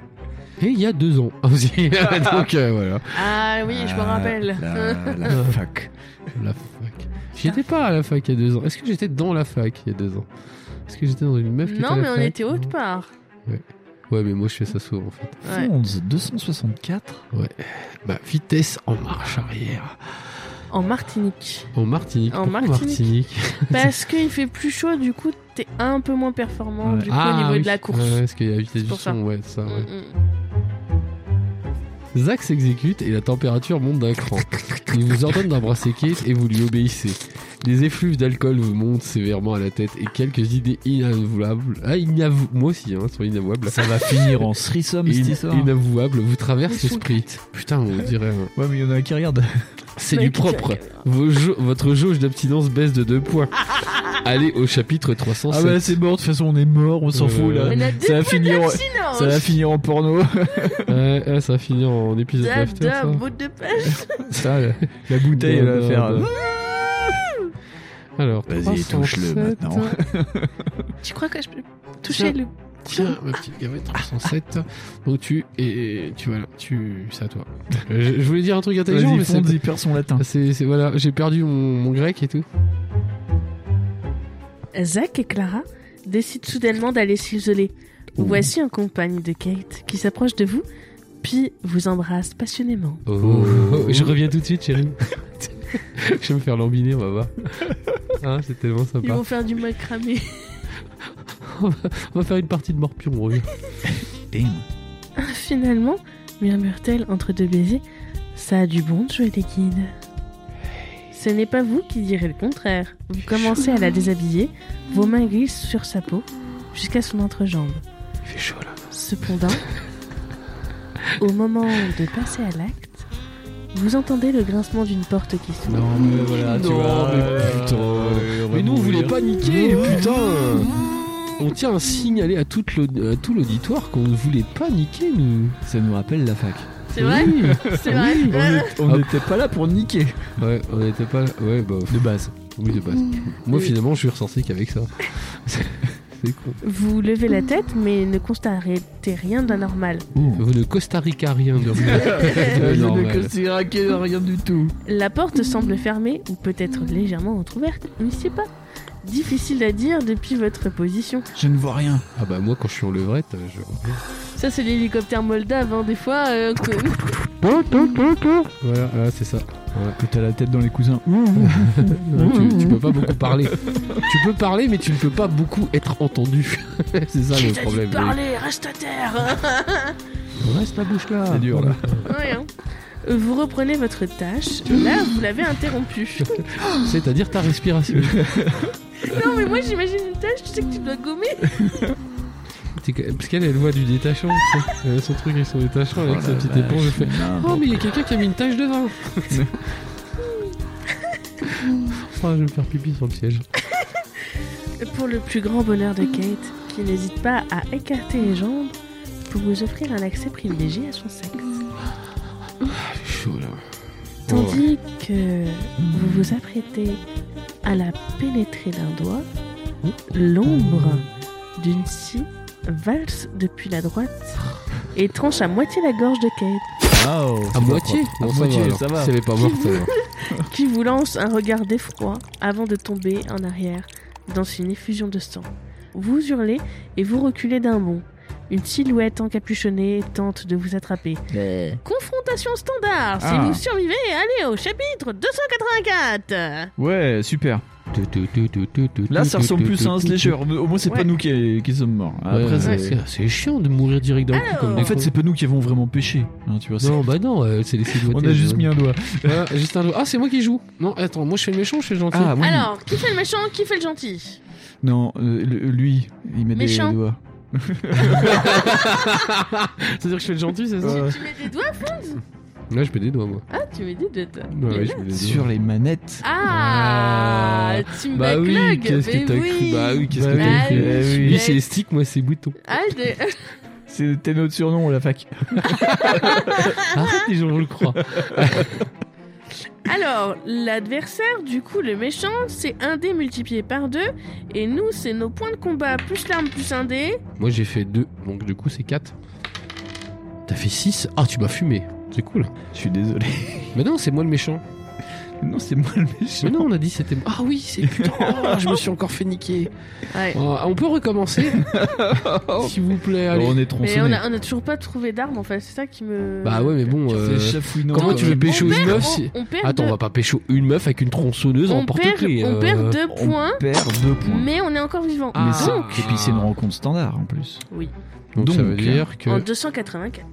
Et il y a deux ans [LAUGHS]
[LAUGHS]
aussi. Donc euh, voilà.
Ah oui, je me
Ah,
rappelle. [LAUGHS]
La, la fac.
La fac. J'étais pas à la fac il y a deux ans. Est-ce que j'étais dans la fac il y a deux ans Est-ce que j'étais dans une meuf qui était
Non,
à la
mais on
fac
était autre
Non.
part.
Ouais, mais moi je fais ça souvent en fait.
Ouais.
11, 264.
Bah, vitesse en marche arrière.
En Martinique.
En Martinique.
En
Pourquoi
Martinique.
Martinique
Parce qu'il fait plus chaud, du coup, t'es un peu moins performant
Ouais.
du coup, au niveau
Ah, oui.
de la course.
Ouais, ouais, parce qu'il y a la vitesse
C'est
du
pour ça.
son, ouais, ça, ouais.
Mm, mm.
Zach s'exécute et la température monte d'un cran. Il vous ordonne d'embrasser Kate et vous lui obéissez. Des effluves d'alcool vous montent sévèrement à la tête et quelques idées inavouables. Ah, inavou... Moi aussi, hein, elles sont inavouables.
Ça va finir en threesome, cette
In-
histoire.
inavouables vous
Ils
traversent
sont
l'esprit. Putain, on dirait. hein.
Ouais, mais il y en a qui regardent.
C'est
Mais
du
qui-
propre. Vos jau- votre jauge d'abstinence baisse de 2 points. Allez au chapitre 307.
Ah bah c'est mort, de toute façon on est mort, on s'en
Euh,
fout là.
On a
Ça
deux
va finir, en-
silence.
ça va finir en porno.
Ouais, ouais, ça va finir en épisode
Dame,
d'after, ça.
dame, bout de page.
[LAUGHS] Ça, là.
La bouteille elle va faire.
Dame. Alors,
Vas-y, touche-le
307.
maintenant.
Tu crois que je peux toucher
Ça-
le
[LAUGHS] Tiens, ma petite gamette 307. Donc tu et tu voilà, tu c'est à toi. Je, je voulais dire un truc intelligent, mais
Vas-y,
c'est
fonds-y, perds son latin.
c'est c'est- voilà, j'ai perdu mon, mon grec et tout.
Zach et Clara décident soudainement d'aller s'isoler. Vous voici en compagnie de Kate, qui s'approche de vous, puis vous embrasse passionnément.
Je reviens tout de suite, chérie. je vais me faire lambiner, on va voir. Hein, c'est tellement
Ils
sympa.
vont faire du macramé.
On va faire une partie de morpion, on revient.
Damn.
Finalement, murmure-t-elle entre deux baisers, ça a du bon de jouer les guides. Ce n'est pas vous qui direz le contraire. Vous commencez à la déshabiller, vos mains glissent sur sa peau, jusqu'à son entrejambe.
Il fait chaud là.
Cependant, au moment de passer à l'acte, vous entendez le grincement d'une porte qui s'ouvre.
Non
Euh,
mais voilà, tu vois. Mais putain. Mais nous on
hein.
voulait pas niquer, putain. On tient à signaler à, toute l'aud- à tout l'auditoire qu'on ne voulait pas niquer, nous.
Ça nous rappelle la fac.
C'est vrai
Oui.
C'est vrai
Oui.
On n'était pas là pour niquer.
Ouais, on n'était pas là. Ouais, bah. De base. Oui, de base. Moi, finalement, je suis ressorti qu'avec ça. [LAUGHS] C'est c'est con.
Vous levez la tête, mais ne constatez rien d'anormal.
Vous ne Costa Rica rien de
Je
rien.
ne considérais rien du tout.
La porte semble fermée, ou peut-être légèrement entr'ouverte, on ne sait pas. Difficile à dire depuis votre position.
Je ne vois rien.
Ah bah, moi, quand je suis en levrette, euh, je.
Ça, c'est l'hélicoptère moldave, hein, des fois. euh, que-
Voilà, voilà, c'est ça.
Que t'as la tête dans les cousins.
Non, tu, tu peux pas beaucoup parler. tu peux parler, mais tu ne peux pas beaucoup être entendu. [LAUGHS]
[LAUGHS]
c'est ça
Qui
le
t'a dit
problème.
de parler, reste à terre [LAUGHS]
Reste la bouche là.
C'est dur, là.
Ouais, hein. Vous reprenez votre tâche, là, vous l'avez interrompue. [LAUGHS]
C'est-à-dire ta respiration.
Non, mais moi, j'imagine une tâche, tu sais que tu dois gommer.
C'est que- Parce qu'elle, elle voit du détachant. Elle a Oh [LAUGHS] son truc avec son détachant, avec sa petite éponge, elle fait. Oh, mais il y a quelqu'un qui a mis une tache de vin. Oh, je vais me faire pipi sur le siège.
Pour le plus grand bonheur de Kate, qui n'hésite pas à écarter les jambes pour vous offrir un accès privilégié à son sexe.
Chaud là. Oh.
Tandis que vous vous apprêtez à la pénétrer d'un doigt, l'ombre d'une scie valse depuis la droite et tranche à moitié la gorge de Kate,
Oh,
À moitié
À
Bon, ça
moitié,
va. alors.
ça va.
Si elle est pas morte, ça [LAUGHS] va.
qui vous lance un regard d'effroi avant de tomber en arrière dans une effusion de sang. Vous hurlez et vous reculez d'un bond. Une silhouette encapuchonnée tente de vous attraper. Confrontation standard Si
Ah.
vous survivez, allez au chapitre 284
Ouais, super. Là, ça ressemble plus à un slasher. Au moins, c'est
Ouais.
pas nous qui, qui sommes morts.
Ouais,
Après,
ouais,
c'est...
c'est- c'est chiant de mourir direct d'un coup comme
En
des
fait,
cons.
c'est pas nous qui avons vraiment péché. hein, tu vois, c'est-
Non, bah non, euh, c'est les
On a juste mis un doigt.
Ah, juste un doigt. Ah, c'est moi qui joue. Non, attends, moi je fais le méchant, je fais le gentil.
Ah, oui.
Alors, qui fait le méchant, qui fait le gentil
Non, euh, le- lui, il met
Méchant.
des doigts.
c'est-à-dire que je fais le gentil, c'est ça
Ouais.
Tu mets des doigts
Là, je mets des doigts, moi.
Ah, tu mets des doigts
Ouais, ouais, je mets des doigts.
Sur les manettes.
Ah,
Ah.
tu me
Bah oui,
backlogs,
qu'est-ce que
mais
t'as
oui.
cru Bah oui, qu'est-ce
Bah
que t'as
oui. Bah
cru
oui.
Lui, c'est les sticks, moi, c'est [LAUGHS] boutons.
Ah, j'ai-
C'était notre surnom à la fac.
Arrête, les gens vont le croire.
Alors, l'adversaire, du coup, le méchant, c'est un dé multiplié par 2, et nous, c'est nos points de combat, plus l'arme, plus un dé.
Moi, j'ai fait deux, donc du coup, c'est quatre. T'as fait six Ah, tu m'as fumé. C'est cool.
Je suis désolé. [LAUGHS]
Mais non, c'est moi le méchant.
Non, c'est moi le
Mais
méchant.
non, on a dit c'était. Ah oui, c'est [LAUGHS] putain. oh, je me suis encore fait niquer.
Ouais.
Oh, on peut [LAUGHS] recommencer S'il vous plaît, allez.
on est
Mais
tronçonné.
on a, on a toujours pas trouvé d'arme, en fait, c'est ça qui me...
Bah ouais, mais bon. euh,
C'est chafouinant.
comment
quand
tu veux
même.
pécho
on
une
perd,
meuf
on-
si-
on, perd
Attends,
deux-
on va pas pécho une meuf avec une tronçonneuse en euh.
on
porte
perd,
clés
on perd deux points,
On perd deux points.
mais on est encore vivant.
Ah.
Mais c'est-
Donc.
Et puis c'est une rencontre standard en plus.
Oui,
Donc, ça
Donc,
veut
hein.
dire que.
en 284.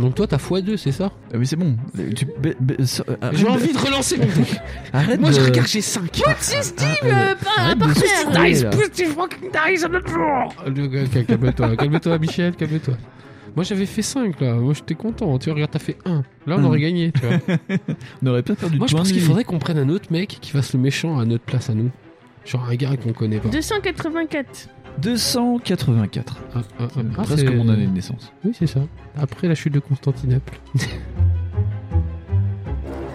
Donc toi, t'as x2, c'est ça
Ah, Mais c'est bon. Euh, tu- bah, bah, ça- euh, arrête
Ah, J'ai
de-
envie de relancer mon [LAUGHS] truc.
Arrête
Moi, je
de-
regarde, j'ai 5.
Steve, euh, par,
arrête de
par
se
terre.
style. Dice,
fucking dice on the floor Ah, Calme-toi, calme-toi, Michel, calme-toi. Moi j'avais fait 5 là, moi j'étais content, tu vois, regarde, t'as fait 1. Là on
Hmm.
aurait gagné, [LAUGHS] tu vois.
On aurait pas perdu
moi
de
je
points
pense
de
qu'il
vie.
faudrait qu'on prenne un autre mec qui fasse le méchant à notre place à nous. Genre un gars qu'on connaît pas.
284.
284.
Ah, ah, ah. Ah,
presque
c'est-
mon année de naissance.
Oui, c'est ça. Après la chute de Constantinople.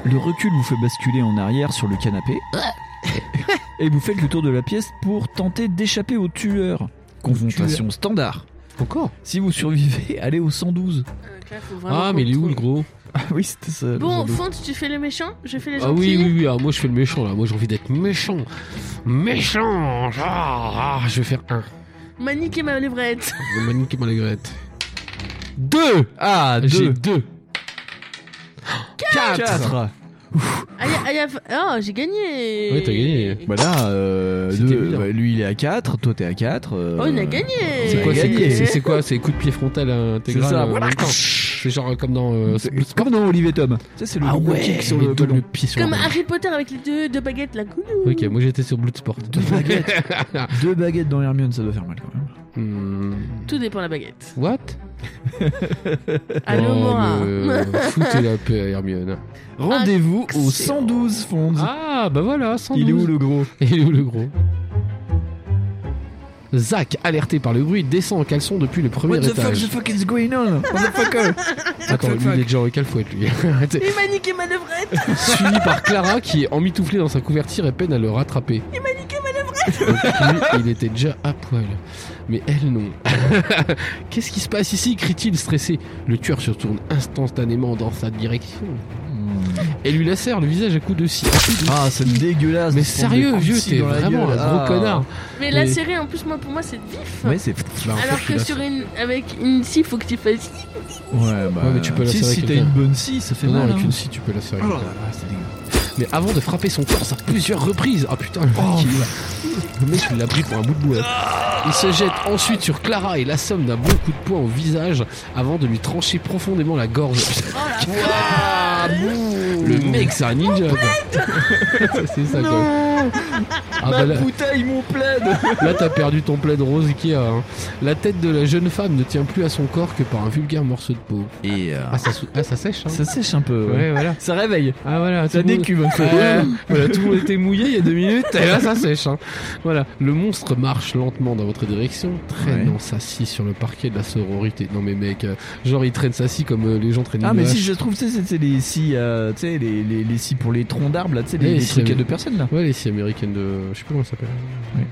Le recul vous fait basculer en arrière sur le canapé. et vous faites le tour de la pièce pour tenter d'échapper au tueur. Confrontation standard.
Encore
Si vous survivez, allez au 112.
Euh,
Ah, mais il est où le gros
Ah oui, c'était ça. le
Bon,
112.
Font, tu fais le méchant, je fais le gentil.
Ah oui, oui, oui, ah, moi je fais le méchant là, moi j'ai envie d'être méchant. Méchant ah, ah, Je vais faire 1.
Manique et
[LAUGHS]
manoeuvrette.
Manique et Malagrette. 2
Ah,
J'ai
2.
2. 4
4.
Aïe, aïe, aïe, Oh, j'ai gagné.
Ouais, t'as gagné.
Bah là, euh,
C'était
deux,
évident.
bah, lui il est à 4, toi t'es à 4.
Oh, on a gagné.
C'est quoi, c'est-
gagné.
c'est- c'est quoi C'est coup de pied frontal euh, intégral
C'est ça,
euh, en
voilà.
même temps. C'est genre euh, comme dans. euh,
C'est
Bloodsport.
comme dans Olivier Tom. Ça, c'est le
Ah
double
ouais
kick sur
mais
le
double
ballon.
pied sur
Comme
le
Harry Potter avec les deux, deux baguettes là.
ballon. Ok, moi j'étais sur Bloodsport. [LAUGHS]
Deux baguettes. Deux baguettes dans Hermione, ça doit faire mal quand même.
Hmm.
Tout dépend de la baguette.
What
Allô,
Oh, [LAUGHS]
moi.
mais, euh, Foutez la paix à Hermione.
Rendez-vous au
Excellent.
112 Fonds.
Ah, bah voilà, 112.
il est où le gros
[LAUGHS] Il est où le gros Zach, alerté par le bruit, descend en caleçon depuis le premier étage.
fuck is going on Motherfucker
[LAUGHS] Attends,
fuck,
lui, il est
fuck.
déjà en calfouette, lui. [LAUGHS] Arrêtez.
Et Manique et manoeuvrette.
Suivi par Clara, qui est emmitouflée dans sa couverture et peine à le rattraper. Il m'a niqué ma levrette Lui, il était déjà à poil. Mais elle, non. [LAUGHS] Qu'est-ce qui se passe ici crie-t-il stressé. Le tueur se tourne instantanément dans sa direction et lui lacère le visage à coups de scie.
Ah, c'est dégueulasse
Mais
de se prendre des
sérieux,
coups de
vieux,
scie
t'es
dans la
vraiment
gueule.
un gros
Ah.
connard.
Mais la
Et-
série, en plus, moi, pour moi, c'est vif.
Ouais, c'est.
Bah, en fait,
Alors
tu
que
lacères.
sur une, avec une scie, faut que tu fasses.
Ouais, bah.
Ouais, mais tu peux
si,
lacérer
si t'as
quelqu'un.
une bonne scie, ça fait
Non,
mal.
avec
hein.
une scie, tu peux la serrer.
Oh là là, c'est dégueulasse.
Mais avant de frapper son torse à plusieurs reprises, ah putain, le mec,
Oh.
il- le mec, il l'a pris pour un bout de bois. Il se jette ensuite sur Clara et l'assomme d'un bon coup de poing au visage avant de lui trancher profondément la gorge.
Oh la
Ah bon Le mec, c'est un ninja. quoi. [LAUGHS] c'est ça, quoi.
Non
Ah, bah, là,
bouteille, mon plaid
là, t'as perdu ton plaid rose Ikea. hein. La tête de la jeune femme ne tient plus à son corps que par un vulgaire morceau de peau.
Et euh,
Ah, ça, sou- ah, ça sèche, hein.
ça sèche un peu.
Ouais, voilà.
Ça réveille.
Ah, voilà.
Ça
tout le monde-
décuve.
Ouais, voilà, tout le monde était mouillé il y a deux minutes, et là ça sèche. hein. Voilà, le monstre marche lentement dans votre direction, traînant sa scie sur le parquet de la sororité. Non mais mec, euh, genre il traîne sa scie comme euh, les gens traînent
Ah
une
mais si
hache.
je trouve tu sais, c'est c'est les scies euh, tu sais les, les, les scies pour les troncs d'arbres là tu sais les,
Eh,
les
c'est-
trucs à deux personnes là
Ouais, les scies américaines de... Je sais plus comment ça s'appelle.
Ouais.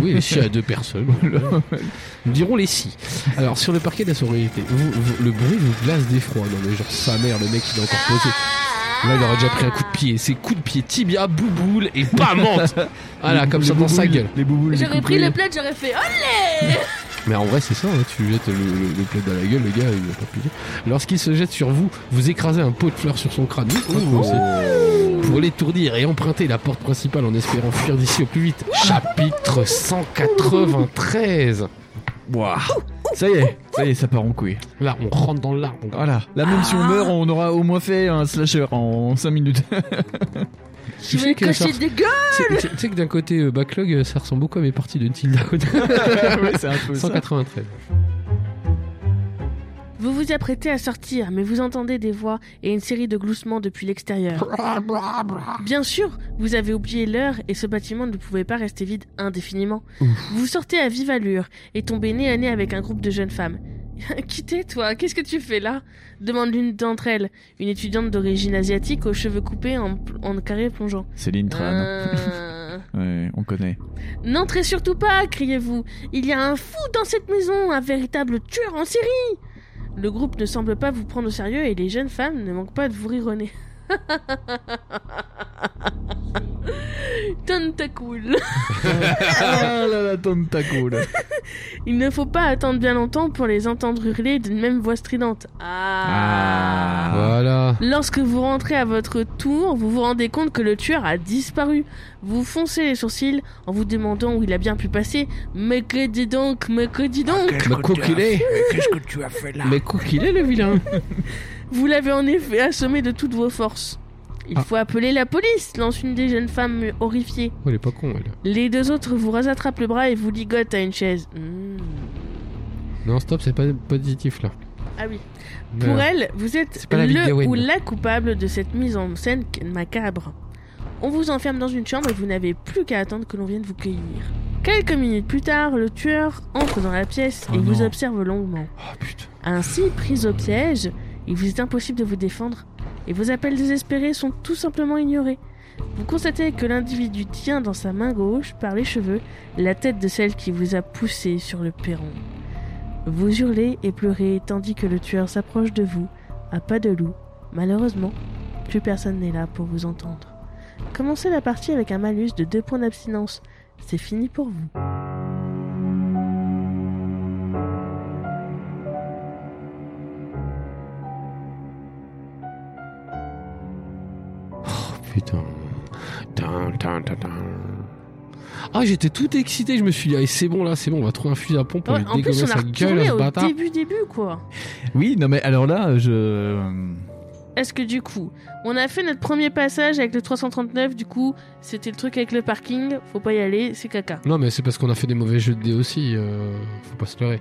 Oui, les scies à
[LAUGHS]
deux personnes. Nous dirons les scies. Alors, sur le parquet de la sororité, vous- vous- le bruit vous glace d'effroi. Non mais genre sa mère, le mec il est encore posé. Là, il aurait déjà pris un coup de pied. C'est coup de pied tibia, bouboule et
[LAUGHS]
bamante Voilà,
Les-
comme
les
ça dans sa
bouboules,
gueule.
Les bouboules. les
J'aurais pris
couplets.
le plaid, j'aurais fait oh,
Mais en vrai, c'est ça, hein, tu jettes le, le, le plaid à la gueule, le gars, il va pas plier. Lorsqu'il se jette sur vous, vous écrasez un pot de fleurs sur son crâne. Oui, franchement,
Oh.
c'est- Pour l'étourdir et emprunter la porte principale en espérant fuir d'ici au plus vite. Chapitre 193.
Ouah. Ça y est, ça y est, ça part en couille.
Là, on rentre dans l'arbre. mon gars.
Voilà. Là même si on meurt, on aura au moins fait un slasher en 5 minutes.
Je
Tu
vais
sais que, ça
cacher
res-
des gueules
tu- tu- tu sais que d'un côté euh, backlog, euh, ça ressemble beaucoup à mes parties de
[LAUGHS]
Until Dawn.
ouais, c'est un peu ça.
193.
Vous vous apprêtez à sortir, mais vous entendez des voix et une série de gloussements depuis l'extérieur. Bien sûr, vous avez oublié l'heure et ce bâtiment ne pouvait pas rester vide indéfiniment. Vous sortez à vive allure et tombez nez à nez avec un groupe de jeunes femmes. [LAUGHS] Quittez toi, qu'est-ce que tu fais là demande l'une d'entre elles, une étudiante d'origine asiatique aux cheveux coupés en, en carré plongeant.
Céline Tran.
Euh,
Ouais, on connaît.
N'entrez surtout pas, criez-vous. Il y a un fou dans cette maison, un véritable tueur en série. Le groupe ne semble pas vous prendre au sérieux et les jeunes femmes ne manquent pas de vous rire au [LAUGHS] nez. Tentacool.
Ah là là, tentacle.
Il ne faut pas attendre bien longtemps pour les entendre hurler d'une même voix stridente. Ah.
Voilà.
Lorsque vous rentrez à votre tour, vous vous rendez compte que le tueur a disparu. Vous foncez les sourcils en vous demandant où il a bien pu passer. Mais que dis donc, mais que dis donc
Mais coquilé.
Qu'est-ce que tu as fait là
Mais coquilé le vilain.
Vous l'avez en effet assommé de toutes vos forces. Il
Ah.
faut appeler la police, lance une des jeunes femmes horrifiées.
Oh, elle est pas con, elle.
Les deux autres vous rattrapent le bras et vous ligotent à une chaise. Hmm.
Non, stop, c'est pas positif là.
Ah oui. Pour elle, vous êtes
C'est pas la Ligue
le
Gawain.
ou la coupable de cette mise en scène macabre. On vous enferme dans une chambre et vous n'avez plus qu'à attendre que l'on vienne vous cueillir. Quelques minutes plus tard, le tueur entre dans la pièce et
Oh
vous
non.
observe longuement.
Oh putain.
Ainsi, prise au piège, il vous est impossible de vous défendre et vos appels désespérés sont tout simplement ignorés. Vous constatez que l'individu tient dans sa main gauche, par les cheveux, la tête de celle qui vous a poussé sur le perron. Vous hurlez et pleurez tandis que le tueur s'approche de vous, à pas de loup. Malheureusement, plus personne n'est là pour vous entendre. Commencez la partie avec un malus de deux points d'abstinence. C'est fini pour vous.
Putain. Tin, tin, tin, tin. Ah, j'étais tout excité, je me suis dit, allez, c'est bon là, c'est bon, on va trouver un fusil à pompe, on va
Ouais,
lui
en plus,
dégommer
on a
sa gueule à
retourné
ce
au
bâtard.
début, début, quoi.
Oui, non mais alors là, je euh,
Est-ce que du coup, on a fait notre premier passage avec le 339, du coup, c'était le truc avec le parking, faut pas y aller, c'est caca.
Non, mais c'est parce qu'on a fait des mauvais jeux de dés aussi, euh, faut pas se leurrer.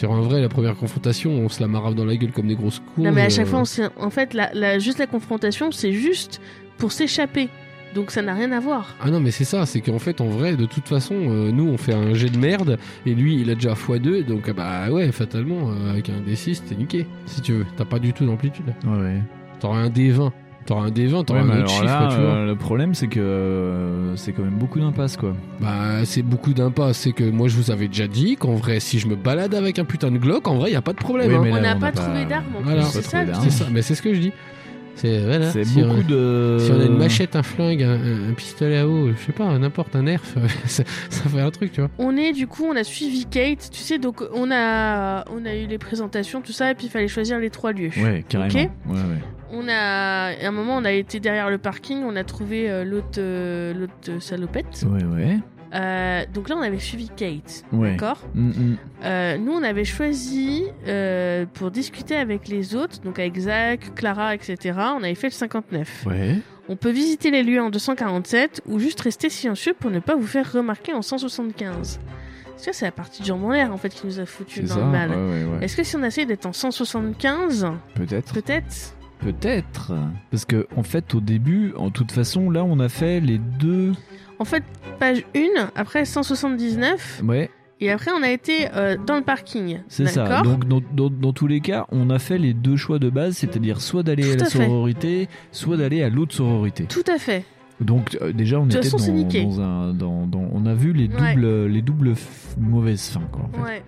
Genre, en vrai, la première confrontation, on se la marave dans la gueule comme des grosses euh. couilles.
non mais à chaque fois, on s'est- en fait, la, la- juste la confrontation, c'est juste pour s'échapper. Donc ça n'a rien à voir.
Ah non, mais c'est ça, c'est qu'en fait, en vrai, de toute façon, euh, nous, on fait un jet de merde, et lui, il a déjà x2, donc ah bah ouais, fatalement, euh, avec un D6, t'es niqué, si tu veux. T'as pas du tout d'amplitude.
Ouais ouais.
T'auras un D20. T'auras un D20, t'auras
Ouais, mais
un
alors
autre chiffre,
là,
tu vois.
euh, le problème c'est que euh, c'est quand même beaucoup d'impasse quoi.
Bah, c'est beaucoup d'impasse. C'est que moi, je vous avais déjà dit qu'en vrai, si je me balade avec un putain de Glock, en vrai, il a pas de problème.
Oui,
hein.
mais
on
là,
n'a
on
pas
n'a pas-
trouvé d'arme en
Voilà.
plus,
On a
c'est
pas
ça.
trouvé
le
d'arme.
C'est
truc.
ça, mais c'est ce que je dis. C'est voilà,
C'est
si,
beaucoup
on,
de
si on a une machette, un flingue, un, un pistolet à eau, je sais pas, n'importe, un nerf, [LAUGHS] ça, ça fait un truc, tu vois.
On est du coup, on a suivi Kate, tu sais, donc on a, on a eu les présentations, tout ça, et puis il fallait choisir les trois lieux.
Ouais, carrément.
Ok.
Ouais, ouais.
On a, à un moment, on a été derrière le parking, on a trouvé euh, l'autre, euh, l'autre salopette.
Ouais, ouais.
Euh, donc là, on avait suivi Kate.
Ouais.
D'accord
Mm, mm.
Euh, Nous, on avait choisi euh, pour discuter avec les autres, donc avec Zach, Clara, etc. On avait fait le 59.
Ouais.
On peut visiter les lieux en 247 ou juste rester silencieux pour ne pas vous faire remarquer en 175. Parce que c'est la partie de jambes en l'air en fait qui nous a foutu
C'est
dans
ça.
le mal.
Ouais, ouais, ouais.
Est-ce que si on essaye d'être en 175,
Peut-être.
peut-être
Peut-être. Parce que, en fait, au début, en toute façon, là, on a fait les deux.
En fait, page 1, après 179,
Ouais,
et après on a été euh, dans le parking.
c'est ça.
D'accord
Donc, dans, dans- dans tous les cas, on a fait les deux choix de base, c'est-à-dire soit d'aller
Tout
à la
à fait.
sororité, soit d'aller à l'autre sororité.
Tout à fait.
Donc, euh, déjà, on
De toute
était
façon, c'est niqué.
dans, dans un. dans- dans- on a vu les
Ouais.
doubles, les doubles f- mauvaises fins, quoi, en fait.
Ouais.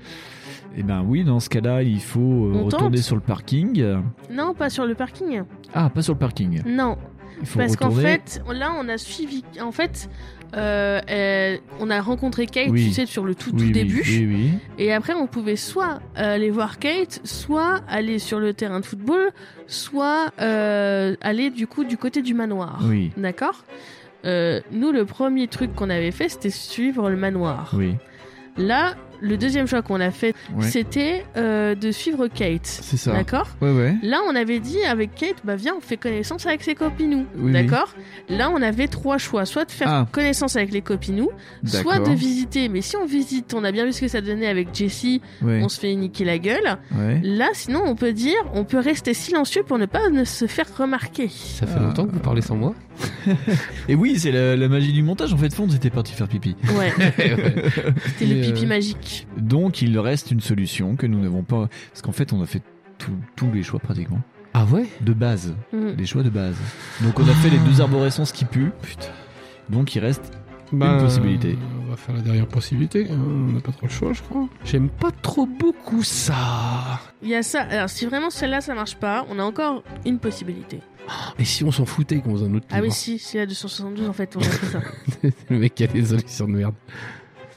Et ben oui, dans ce cas-là, il faut euh,
On
retourner
tente.
sur le parking.
Non, pas sur le parking.
Ah, pas sur le parking.
Non,
Il faut
parce qu'en
retourner.
fait, là on a suivi. En fait, euh, euh, on a rencontré Kate,
Oui.
tu sais, sur le tout,
oui,
tout
oui,
début.
Oui, oui.
Et après, on pouvait soit euh, aller voir Kate, soit aller sur le terrain de football, soit euh, aller du coup du côté du manoir.
Oui,
D'accord Euh, Nous, le premier truc qu'on avait fait, c'était suivre le manoir.
oui.
Là, le deuxième choix qu'on a fait,
Ouais.
c'était euh, de suivre Kate.
C'est ça.
D'accord
Ouais, ouais.
Là, on avait dit avec Kate, bah viens, on fait connaissance avec ses copinous.
Oui,
D'accord Là, on avait trois choix. Soit de faire
Ah.
connaissance avec les copinous, soit de
D'accord.
visiter. Mais si on visite, on a bien vu ce que ça donnait avec Jessie,
Ouais,
on se fait niquer la gueule.
ouais.
Là, sinon, on peut dire, on peut rester silencieux pour ne pas ne se faire
[LAUGHS]
remarquer.
Ça fait
Ah.
longtemps que vous parlez sans
[LAUGHS]
moi
Et oui, c'est la, la magie du montage. En fait, Fonz était parti faire pipi.
Ouais,
Ouais.
c'était le
Et, euh,
pipi magique.
Donc, il reste une solution que nous n'avons pas. Parce qu'en fait, on a fait tout- tous les choix pratiquement.
Ah ouais
De base.
Mm.
Les choix de base. Donc, on a fait les deux arborescences qui puent. Putain. Donc, il reste. Une possibilité.
Bah, On va faire la dernière possibilité. hein, On n'a pas trop le choix, je crois. J'aime pas trop beaucoup ça.
Il y a ça. Alors, si vraiment celle-là, ça marche pas, on a encore une possibilité.
Et si on s'en foutait qu'on faisait un autre
Ah oui,
livre
si, c'est la 272, en fait, on a fait ça.
[LAUGHS] Le mec qui a des solutions de merde.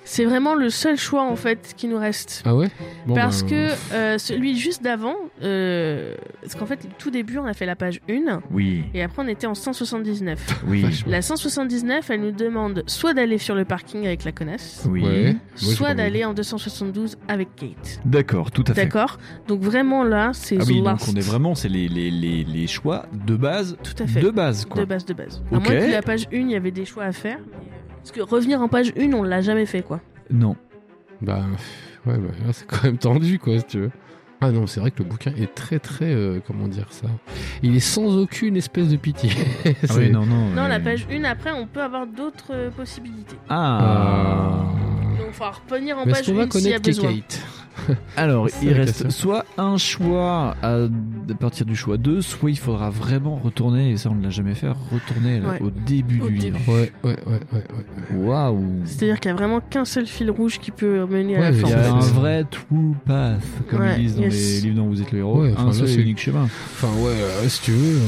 C'est vraiment le seul choix, en fait, qui nous reste.
Ah ouais Bon,
Parce
bah,
que euh, celui juste d'avant, euh, parce qu'en fait, tout début, on a fait la page 1,
Oui,
et après, on était en 179.
oui.
vachement.
La 179, elle nous demande soit d'aller sur le parking avec la connasse,
Oui.
Ouais. Moi, j'ai pas
soit
envie.
d'aller en 272 avec Kate.
D'accord, tout à fait.
D'accord Donc vraiment là, c'est
Ah
the
oui, donc
last.
on est vraiment, c'est les, les, les, les choix de base.
Tout à fait.
De base, quoi.
De base, de base.
Ok.
À moins que la page 1, il y avait des choix à faire. mais- Parce que revenir en page 1, on l'a jamais fait, quoi.
Non.
Bah ouais, bah, là, c'est quand même tendu quoi, si tu veux. Ah non, c'est vrai que le bouquin est très très euh, comment dire ça. Il est sans aucune espèce de pitié. [LAUGHS]
Ah
C'est-
oui, non, non.
Non,
ouais.
la page 1, après, on peut avoir d'autres euh, possibilités.
Ah.
Donc, il faudra revenir en
Mais est-ce
page
qu'on va
1 s'il y a
connecter
besoin.
Kate
Alors,
C'est
il
la
reste
question.
soit un choix à, à partir du choix 2, soit il faudra vraiment retourner, et ça on ne l'a jamais fait, retourner là,
Ouais.
au début
Au
du
début.
livre.
Ouais, ouais, ouais, ouais. ouais.
Waouh
C'est-à-dire qu'il y a vraiment qu'un seul fil rouge qui peut mener
Ouais,
à la
mais
Il y a
c'est
un
ça.
fin.
vrai true path, comme
Ouais,
ils disent dans
yes.
les livres dont vous êtes le héros.
Ouais, enfin,
un
là,
seul et
c'est-
unique chemin.
Enfin ouais, euh, si tu veux. euh,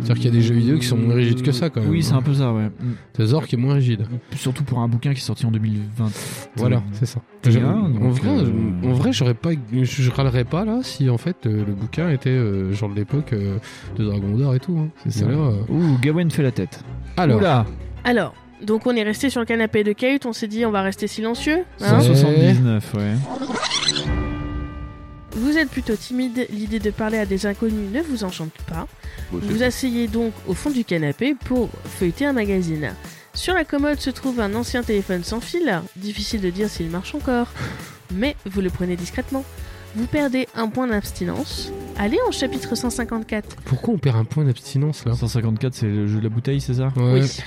C'est-à-dire qu'il y a des jeux vidéo qui sont moins rigides que ça, quand même. hein.
Oui, c'est un peu ça, ouais. Mm.
Trésor qui est moins rigide.
Surtout pour un bouquin qui est sorti en 2020.
Voilà, c'est ça.
Mm. Bien,
en,
donc,
vrai,
euh,
en vrai, j'aurais pas, je râlerais pas là si en fait euh, le bouquin était euh, genre de l'époque euh, de Dragon d'Or et tout. hein.
C'est ça.
Mais là, euh,
Ouh, Gawain fait la tête.
Alors,
Oula
Alors, donc on est resté sur le canapé de Kate, on s'est dit on va rester silencieux. hein.
179, ouais.
Vous êtes plutôt timide, l'idée de parler à des inconnus ne vous enchante pas. Vous asseyez donc au fond du canapé pour feuilleter un magazine. Sur la commode se trouve un ancien téléphone sans fil, difficile de dire s'il marche
[LAUGHS]
encore, mais vous le prenez discrètement. Vous perdez un point d'abstinence. Allez en chapitre 154.
pourquoi on perd un point d'abstinence là
154, c'est le jeu de la bouteille, c'est ça
Ouais.
Oui.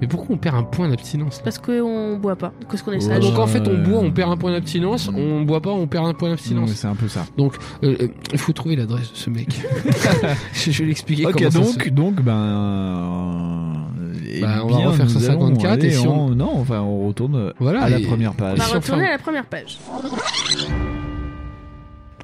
Mais pourquoi on perd un point d'abstinence là
Parce qu'on boit pas, parce qu'on est
Ouais,
Ah,
sage.
donc en fait on
Euh,
boit, on perd un point d'abstinence, on boit pas, on perd un point
Sinon,
d'abstinence.
c'est un peu ça.
Donc euh, euh, il faut trouver l'adresse de ce [LAUGHS] mec. je, je vais l'expliquer
Ok,
comment ça se
donc, donc, ben. eh
Bah, on va
bien,
refaire
nous
154
allons
et
aller
si on-
en- Non, enfin, on retourne
Voilà,
à la
et-
première
On
page.
va
si on
retourner
fait un-
à la première page.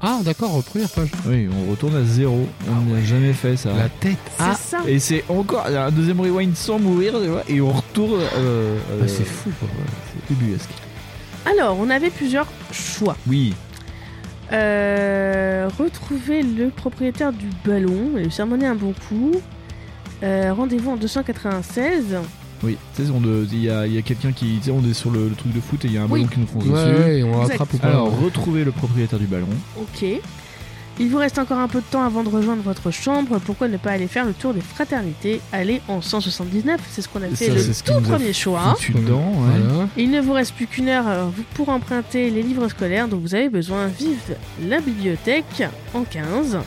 Ah d'accord, première page.
Oui, on retourne à zéro. On n'a jamais fait ça.
Ah La tête.
C'est
Ah,
ça.
Et c'est encore un deuxième rewind sans mourir, tu vois, et on retourne. euh, euh,
Ah, c'est fou quoi.
ouais, c'est ubuesque.
Alors, on avait plusieurs choix.
Oui,
Euh, retrouver le propriétaire du ballon et lui sermonner un bon coup. Euh, Rendez-vous en 296.
Oui, tu sais, on, euh, il y a, il y a quelqu'un qui. Tu sais, on est sur le, le truc de foot et il y a un
Oui.
ballon qui nous fonce
Ouais,
dessus.
ouais, on rattrape ou pas
Alors, retrouver le propriétaire du ballon.
Ok. Il vous reste encore un peu de temps avant de rejoindre votre chambre. Pourquoi ne pas aller faire le tour des fraternités Aller en 179, c'est ce qu'on a fait
Ça,
le
c'est ce qui
tout
nous a
premier choix.
Foutu dedans, ouais.
Voilà.
Il ne vous reste plus qu'une heure euh, pour emprunter les livres scolaires dont vous avez besoin. Vive la bibliothèque en 15.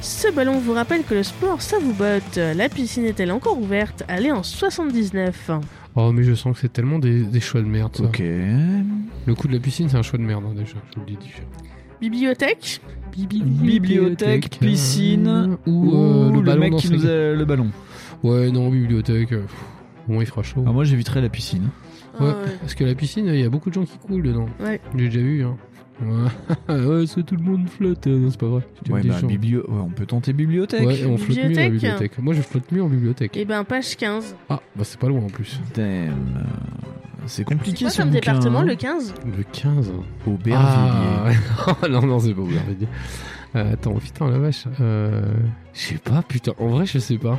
Ce ballon vous rappelle que le sport, ça vous botte. La piscine est-elle encore ouverte Allez en 79.
Oh, mais je sens que c'est tellement des, des choix de merde. ça.
Ok.
Le coup de la piscine, c'est un choix de merde hein, déjà. Je vous le dis déjà.
Bibliothèque
Bibliothèque, piscine,
euh, ou euh, le, ballon
mec
dans
qui
ses-
nous a le ballon.
Ouais, non, bibliothèque. euh, pff, bon, il fera chaud.
Alors, moi, j'éviterais la piscine.
Ouais,
Ah ouais.
parce que la piscine, il y a beaucoup de gens qui coulent dedans.
Ouais.
J'ai déjà vu. Hein. Ouais, [LAUGHS] Ouais, c'est tout le monde flotte. Euh, Non, c'est pas vrai. Tu
Ouais,
me dis
bah,
genre.
biblio... ouais, on peut tenter bibliothèque.
Ouais, on flotte mieux en
Bibliothèque.
bibliothèque. Moi, je flotte mieux en bibliothèque.
Eh ben, page 15.
Ah, bah c'est pas loin en plus.
Damn. euh, C'est compliqué
Moi,
ce
comme
bouquin,
département,
hein.
le 15
Le 15. hein.
Aubervilliers.
Ah, [LAUGHS] non, non, c'est pas Aubervilliers. Euh, attends, putain, la vache. Euh, je sais pas, putain. En vrai, je sais pas.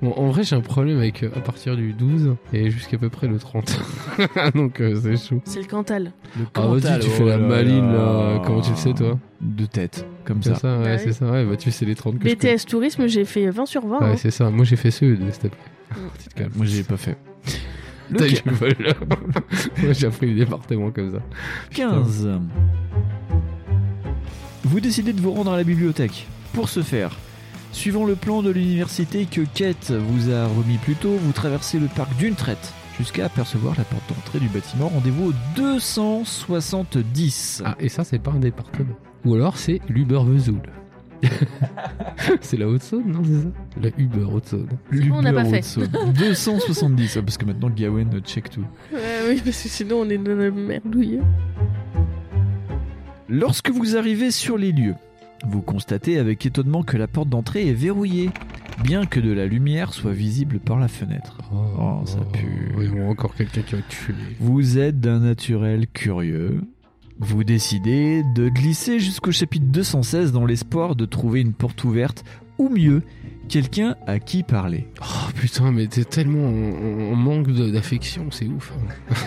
Bon, en vrai, j'ai un problème avec euh, à partir du 12 et jusqu'à peu près le 30. [LAUGHS] Donc, euh, c'est chaud.
C'est le Cantal.
Le
Ah, vas-y,
Cantal,
tu fais
oh
la
là
maline, là.
là.
Comment tu le sais, toi
De tête, comme
C'est
ça.
ça, ouais,
Bah oui.
c'est ça. Ouais, bah, tu sais les 30 que je connais.
BTS Tourisme, j'ai fait 20 sur 20. hein.
Ouais, c'est ça. Moi, j'ai fait ceux de Step. Tu te calmes.
Moi, j'ai pas fait. Le
T'as du vol, [LAUGHS] là. Moi, j'ai appris le département comme ça.
15. Vous décidez de vous rendre à la bibliothèque. Pour ce faire, suivant le plan de l'université que Kate vous a remis plus tôt, vous traversez le parc d'une traite jusqu'à apercevoir la porte d'entrée du bâtiment. Rendez-vous au 270.
Ah, et ça, c'est pas un département. Ou alors, c'est l'Uber-Vesoul. [LAUGHS] c'est la Haute-Saône, non, c'est ça La Uber-Haute-Saune.
on n'a pas fait.
Hudson.
[LAUGHS]
270, ah, parce que maintenant Gawain euh, check tout.
Ouais, oui, parce que sinon, on est dans la merdouille.
Lorsque vous arrivez sur les lieux, vous constatez avec étonnement que la porte d'entrée est verrouillée, bien que de la lumière soit visible par la fenêtre. Oh, ça pue.
Oui, bon, encore quelqu'un qui va te fumer.
Vous êtes d'un naturel curieux. Vous décidez de glisser jusqu'au chapitre 216 dans l'espoir de trouver une porte ouverte, ou mieux, quelqu'un à qui parler.
Oh putain, mais t'es tellement en, en manque de- d'affection, c'est ouf.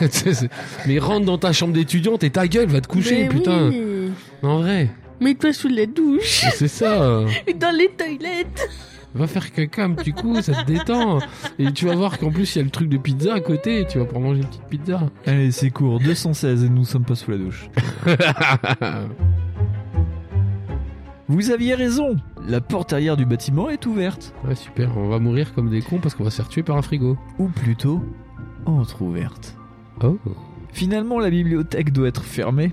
hein. [LAUGHS] C'est- c'est- mais rentre dans ta chambre d'étudiante et ta gueule va te coucher,
Mais
putain.
Ben oui.
En vrai,
Mets-toi sous la douche, [LAUGHS]
c'est ça.
dans les toilettes.
Va faire caca un petit coup, ça te détend. Et tu vas voir qu'en plus, il y a le truc de pizza à côté. Tu vas pouvoir manger une petite pizza.
Allez, c'est court, 216 et nous sommes pas sous la douche.
[LAUGHS]
Vous aviez raison, la porte arrière du bâtiment est ouverte.
ouais, super. On va mourir comme des cons parce qu'on va se faire tuer par un frigo.
Ou plutôt, entre-ouverte.
Oh.
Finalement, la bibliothèque doit être fermée,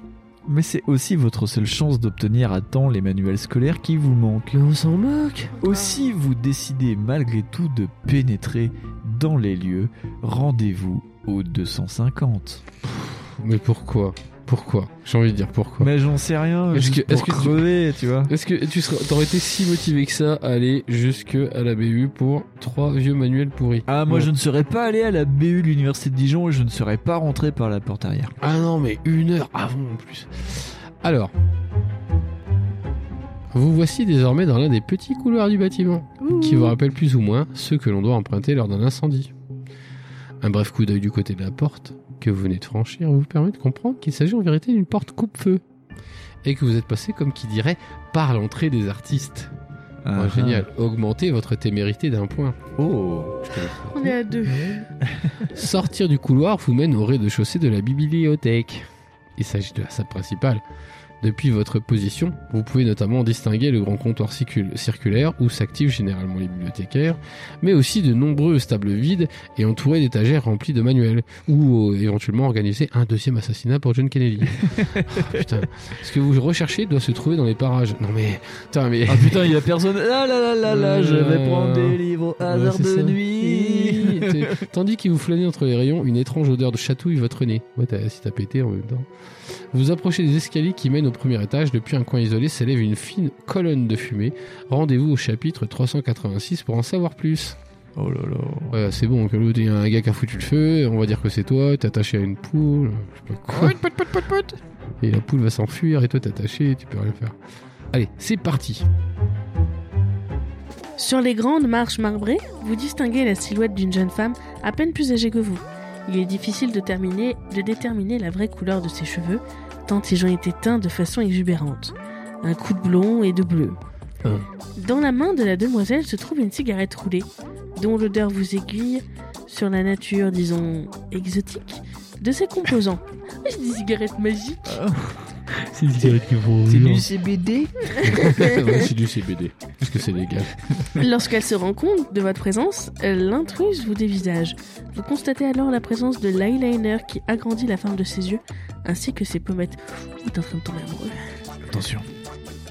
mais c'est aussi votre seule chance d'obtenir à temps les manuels scolaires qui vous manquent.
Mais on s'en moque.
Aussi, vous décidez malgré tout de pénétrer dans les lieux. Rendez-vous au 250.
Mais pourquoi Pourquoi J'ai envie de dire pourquoi.
Mais j'en sais rien.
Est-ce
juste
que- est-ce
pour
que tu-
crever, tu vois
Est-ce que tu serais, t'aurais été si motivé que ça à aller jusque à la BU pour trois vieux manuels pourris
Ah, moi
Non.
je ne serais pas allé à la BU de l'université de Dijon et je ne serais pas rentré par la porte arrière.
Ah non, mais une heure avant en plus. Alors, vous voici désormais dans l'un des petits couloirs du bâtiment, qui vous rappelle plus ou moins ceux que l'on doit emprunter lors d'un incendie. Un bref coup d'œil du côté de la porte que vous venez de franchir vous permet de comprendre qu'il s'agit en vérité d'une porte coupe-feu et que vous êtes passé comme qui dirait par l'entrée des artistes.
Ah,
Ouais, génial, augmentez votre témérité d'un point.
ah. Oh
On est à deux.
Sortir du couloir vous mène au rez-de-chaussée de la bibliothèque. Il s'agit de la salle principale. Depuis votre position, vous pouvez notamment distinguer le grand comptoir circul- circulaire où s'activent généralement les bibliothécaires, mais aussi de nombreuses tables vides et entourées d'étagères remplies de manuels, ou euh, éventuellement organiser un deuxième assassinat pour John Kennedy. Ah, putain, ce que vous recherchez doit se trouver dans les parages. Non mais, putain mais...
Ah putain, il y a personne. Ah là là là là, je vais prendre des livres au
Euh, Ouais,
hasard
c'est
de
ça.
nuit.
T- Tandis qu'il vous flânez entre les rayons, une étrange odeur de chatouille votre nez. Ouais, t'as- si t'as pété en même temps. Vous approchez des escaliers qui mènent au premier étage. Depuis un coin isolé s'élève une fine colonne de fumée. Rendez-vous au chapitre 386 pour en savoir plus.
Oh là là.
Ouais, c'est bon, que l'autre, il y a un gars qui a foutu le feu. On va dire que c'est toi, t'es attaché à une poule. Je sais pas quoi. Et la poule va s'enfuir et toi t'es attaché, tu peux rien faire. Allez, c'est parti.
Sur les grandes marches marbrées, vous distinguez la silhouette d'une jeune femme à peine plus âgée que vous. Il est difficile de, terminer- de déterminer la vraie couleur de ses cheveux, tant ils ont été teints de façon exubérante. Un coup de blond et de bleu.
Hein.
Dans la main de la demoiselle se trouve une cigarette roulée, dont l'odeur vous aiguille sur la nature, disons, exotique de ses composants. [LAUGHS] Je dis cigarette magique.
C'est
C'est du CBD
C'est du CBD. Parce que c'est légal.
Lorsqu'elle se rend compte de votre présence, l'intruse vous dévisage. Vous constatez alors la présence de l'eyeliner qui agrandit la forme de ses yeux, ainsi que ses pommettes. Vous êtes en train de tomber amoureux.
Attention.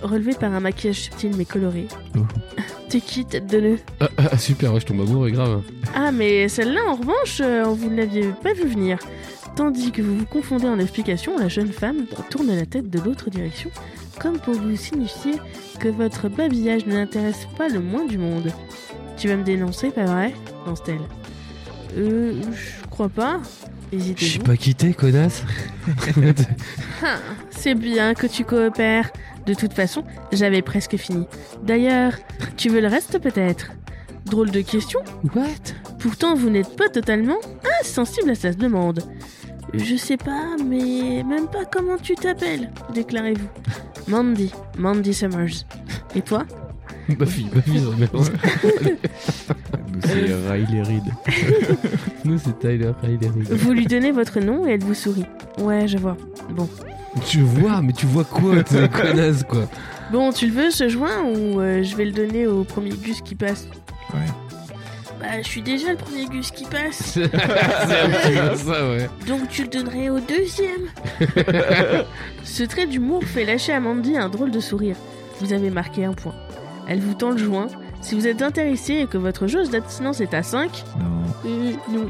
Relevé par un maquillage subtil mais coloré.
Oh.
T'es qui, tête de nœud
Ah, ah, super, ouais, je tombe amoureux,
[LAUGHS]
grave.
Ah, mais celle-là, en revanche, euh, vous ne l'aviez pas vu venir. Tandis que vous vous confondez en explication, la jeune femme tourne la tête de l'autre direction, comme pour vous signifier que votre babillage ne l'intéresse pas le moins du monde. Tu vas me dénoncer, pas vrai lance-t-elle. Euh, je crois pas. Hésitez.
pas quitté, connasse.
C'est bien que tu coopères. De toute façon, j'avais presque fini. D'ailleurs, tu veux le reste peut-être Drôle de question,
What
Pourtant, vous n'êtes pas totalement insensible à sa demande. Je sais pas, mais même pas comment tu t'appelles, déclarez-vous. Mandy, Mandy Summers. Et toi
Ma fille, ma fille, ça merde.
C'est
[LAUGHS]
Riley Reid.
Nous, c'est Tyler Riley.
Vous lui donnez votre nom et elle vous sourit. Ouais, je vois. Bon.
Tu vois, mais tu vois quoi, t'es connasse,
[LAUGHS]
quoi.
Bon, tu le veux ce joint ou euh, je vais le donner au premier gus qui passe
Ouais.
Bah, je suis déjà le premier gus qui passe,
c'est un petit peu ça, ouais.
donc tu le donnerais au [LAUGHS] deuxième. Ce trait d'humour fait lâcher à Mandy un drôle de sourire. Vous avez marqué un point. Elle vous tend le joint. Si vous êtes intéressé et que votre jauge d'abstinence est à 5,
Non.
euh, non.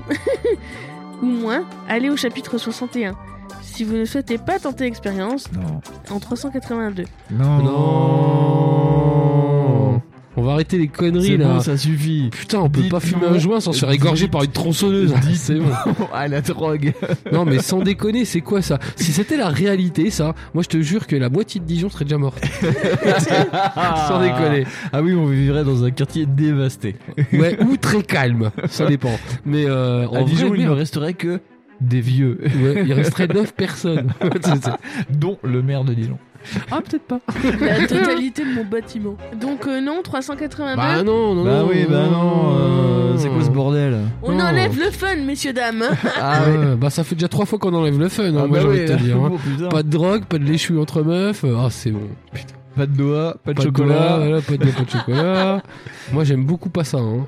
[LAUGHS] ou moins, allez au chapitre 61. Si vous ne souhaitez pas tenter l'expérience,
Non.
en 382.
Non.
Non On va arrêter les conneries,
C'est
là.
bon, ça suffit.
Putain, on peut
Dites
pas fumer
non.
un joint sans se faire égorger
Dites-
par une tronçonneuse.
Dites
C'est bon.
[LAUGHS] ah, la drogue.
Non, mais sans déconner, c'est quoi ça Si c'était la réalité, ça, moi je te jure que la moitié de Dijon serait déjà morte. [LAUGHS] sans déconner.
Ah oui, on vivrait dans un quartier dévasté.
Ouais, ou très calme, ça dépend. Mais euh, en
à Dijon,
vrai,
il ne
merde,
resterait que des vieux, [LAUGHS]
ouais, il resterait 9 [LAUGHS] personnes. C'est- c'est-
dont le maire de Dijon.
ah, peut-être pas.
[LAUGHS] La totalité de mon bâtiment. Donc euh, non, 382.
Bah non, non,
Bah
non.
oui, bah non. euh, c'est quoi ce bordel
On
non.
enlève le fun, messieurs [LAUGHS] dames.
Ah
Ouais, Bah ça fait déjà trois fois qu'on enlève le fun, hein, moi j'ai envie de te dire. [LAUGHS] hein.
[LAUGHS] Oh, putain.
Pas de drogue, pas de léchu entre meufs. euh, Ah, c'est bon. Putain.
Pas de doha, pas de
Pas de
chocolat.
doigts, voilà, pas de doigts, pas de [LAUGHS] chocolat. Moi j'aime beaucoup pas ça. hein.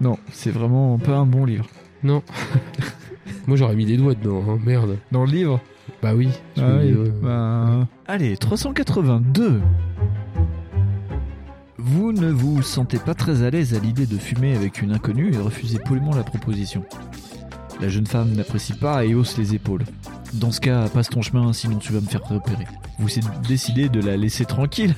Non, c'est vraiment pas un bon livre.
Moi j'aurais mis des doigts dedans, hein, merde.
Dans le livre
Bah oui. je
Ah
me dis,
oui,
ouais.
bah, Allez, 382. Vous ne vous sentez pas très à l'aise à l'idée de fumer avec une inconnue et refusez poliment la proposition. La jeune femme n'apprécie pas et hausse les épaules. Dans ce cas, passe ton chemin, sinon tu vas me faire repérer. Vous êtes décidé de la laisser tranquille